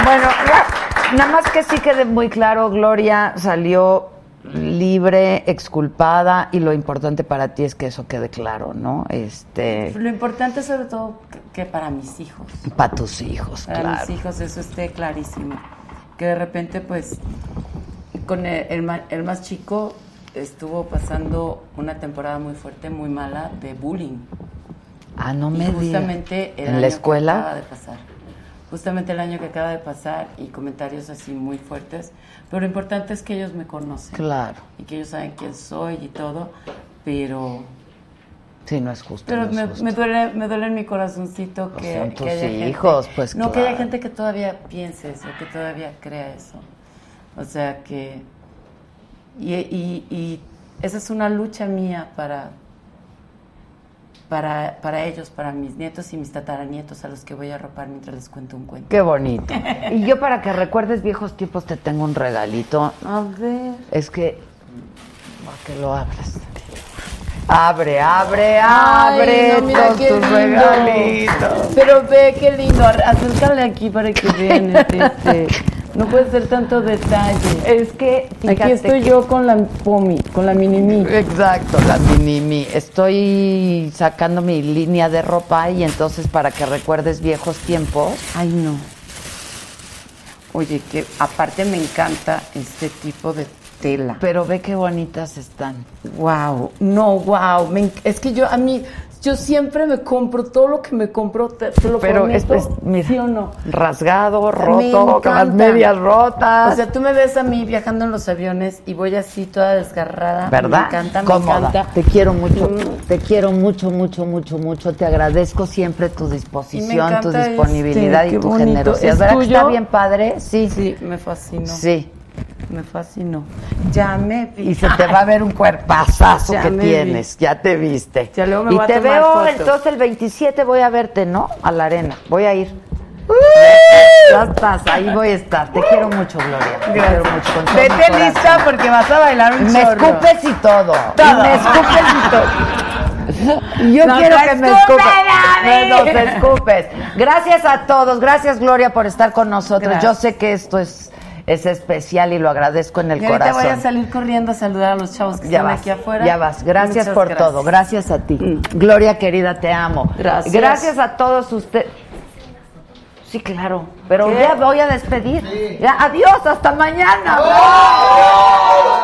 [SPEAKER 3] Bueno, ya, nada más que sí quede muy claro, Gloria salió libre, exculpada y lo importante para ti es que eso quede claro, ¿no? Este,
[SPEAKER 1] Lo importante sobre todo que para mis hijos,
[SPEAKER 3] para tus hijos,
[SPEAKER 1] para
[SPEAKER 3] claro.
[SPEAKER 1] mis hijos eso esté clarísimo. Que de repente pues con el, el ma- el más chico estuvo pasando una temporada muy fuerte, muy mala de bullying.
[SPEAKER 3] Ah, no
[SPEAKER 1] Y
[SPEAKER 3] me digas.
[SPEAKER 1] justamente el
[SPEAKER 3] en
[SPEAKER 1] año
[SPEAKER 3] la
[SPEAKER 1] que
[SPEAKER 3] escuela.
[SPEAKER 1] acaba de pasar. Justamente el año que acaba de pasar y comentarios así muy fuertes. Pero lo importante es que ellos me conocen
[SPEAKER 3] Claro,
[SPEAKER 1] y que ellos saben quién soy y todo. Pero
[SPEAKER 3] sí, no es justo.
[SPEAKER 1] Pero
[SPEAKER 3] no es
[SPEAKER 1] me,
[SPEAKER 3] justo.
[SPEAKER 1] me duele, me duele en mi corazoncito que,
[SPEAKER 3] son
[SPEAKER 1] que
[SPEAKER 3] tus
[SPEAKER 1] haya
[SPEAKER 3] hijos,
[SPEAKER 1] gente,
[SPEAKER 3] pues,
[SPEAKER 1] no que haya
[SPEAKER 3] claro.
[SPEAKER 1] gente que todavía piense eso, que todavía crea eso. O sea que y, y- y esa es una lucha mía para para para ellos, para mis nietos y mis tataranietos a los que voy a ropar mientras les cuento un cuento.
[SPEAKER 3] Qué bonito. Y yo para que recuerdes viejos tiempos te tengo un regalito.
[SPEAKER 1] A ver.
[SPEAKER 3] Es que... ¿Para que lo abras? Abre, abre,
[SPEAKER 1] Ay,
[SPEAKER 3] abre
[SPEAKER 1] no, mira
[SPEAKER 3] todos
[SPEAKER 1] qué
[SPEAKER 3] tus
[SPEAKER 1] lindo.
[SPEAKER 3] regalitos.
[SPEAKER 1] Pero ve qué lindo, acércale aquí para que vean este. No puede ser tanto detalle.
[SPEAKER 3] Es que... fíjate
[SPEAKER 1] Aquí estoy
[SPEAKER 3] que-
[SPEAKER 1] yo con la Pomi, con la Mini Mi.
[SPEAKER 3] Exacto, la minimi. Estoy sacando mi línea de ropa y entonces para que recuerdes viejos tiempos.
[SPEAKER 1] Ay, no. Oye, que aparte me encanta este tipo de tela.
[SPEAKER 3] Pero ve qué bonitas están.
[SPEAKER 1] Wow, no, wow. es que yo a mí, yo siempre me compro todo lo que me compro, te, te lo
[SPEAKER 3] Pero es,
[SPEAKER 1] prometo,
[SPEAKER 3] es- mira,
[SPEAKER 1] ¿sí o no?
[SPEAKER 3] rasgado,
[SPEAKER 1] Me
[SPEAKER 3] roto, con las
[SPEAKER 1] encanta.
[SPEAKER 3] medias rotas.
[SPEAKER 1] O sea, tú me ves a mí viajando en los aviones y voy así toda desgarrada.
[SPEAKER 3] ¿Verdad?
[SPEAKER 1] Ah, Me encanta,
[SPEAKER 3] Cómoda.
[SPEAKER 1] me encanta.
[SPEAKER 3] Te quiero mucho, te quiero mucho, mucho, mucho, mucho. Te agradezco siempre tu
[SPEAKER 1] Y me
[SPEAKER 3] disposición, tu
[SPEAKER 1] encanta
[SPEAKER 3] disponibilidad
[SPEAKER 1] este,
[SPEAKER 3] y
[SPEAKER 1] qué
[SPEAKER 3] tu
[SPEAKER 1] bonito.
[SPEAKER 3] generosidad.
[SPEAKER 1] ¿Es
[SPEAKER 3] ¿Verdad que está
[SPEAKER 1] tuyo?
[SPEAKER 3] bien padre? Sí.
[SPEAKER 1] Sí, me fascinó.
[SPEAKER 3] Sí.
[SPEAKER 1] Me fascinó. Ya me vi.
[SPEAKER 3] Y se te va a ver un cuerpazazo
[SPEAKER 1] Ya
[SPEAKER 3] que
[SPEAKER 1] me vi.
[SPEAKER 3] tienes, ya te viste.
[SPEAKER 1] Ya luego me
[SPEAKER 3] y
[SPEAKER 1] voy a
[SPEAKER 3] te
[SPEAKER 1] tomar
[SPEAKER 3] veo,
[SPEAKER 1] fotos.
[SPEAKER 3] entonces el 27 voy a verte, ¿no? A la arena, voy a ir. Ya estás, ahí voy a estar. Te quiero mucho, Gloria. Te quiero mucho. con todo mi
[SPEAKER 1] Vete
[SPEAKER 3] corazón.
[SPEAKER 1] lista porque vas a bailar un
[SPEAKER 3] Me
[SPEAKER 1] chorro.
[SPEAKER 3] escupes y todo. Y me escupes y todo. Y Yo
[SPEAKER 1] ¡Nos
[SPEAKER 3] quiero que me escupes. Me
[SPEAKER 1] escupe, Dani!
[SPEAKER 3] nos escupes. Gracias a todos. Gracias, Gloria, por estar con nosotros. Yo
[SPEAKER 1] Gracias.
[SPEAKER 3] sé que esto es, es especial y lo agradezco en el
[SPEAKER 1] Y ahorita
[SPEAKER 3] corazón.
[SPEAKER 1] voy a salir corriendo a saludar a los chavos que
[SPEAKER 3] Ya
[SPEAKER 1] están
[SPEAKER 3] vas,
[SPEAKER 1] aquí afuera.
[SPEAKER 3] ya vas. Gracias
[SPEAKER 1] Muchas Mm.
[SPEAKER 3] por todo. Gracias a ti. Gloria querida, te amo.
[SPEAKER 1] Gracias.
[SPEAKER 3] Gracias a todos ustedes. Sí, claro. Pero
[SPEAKER 1] ¿Qué?
[SPEAKER 3] ya voy a despedir. Ya, adiós, hasta mañana.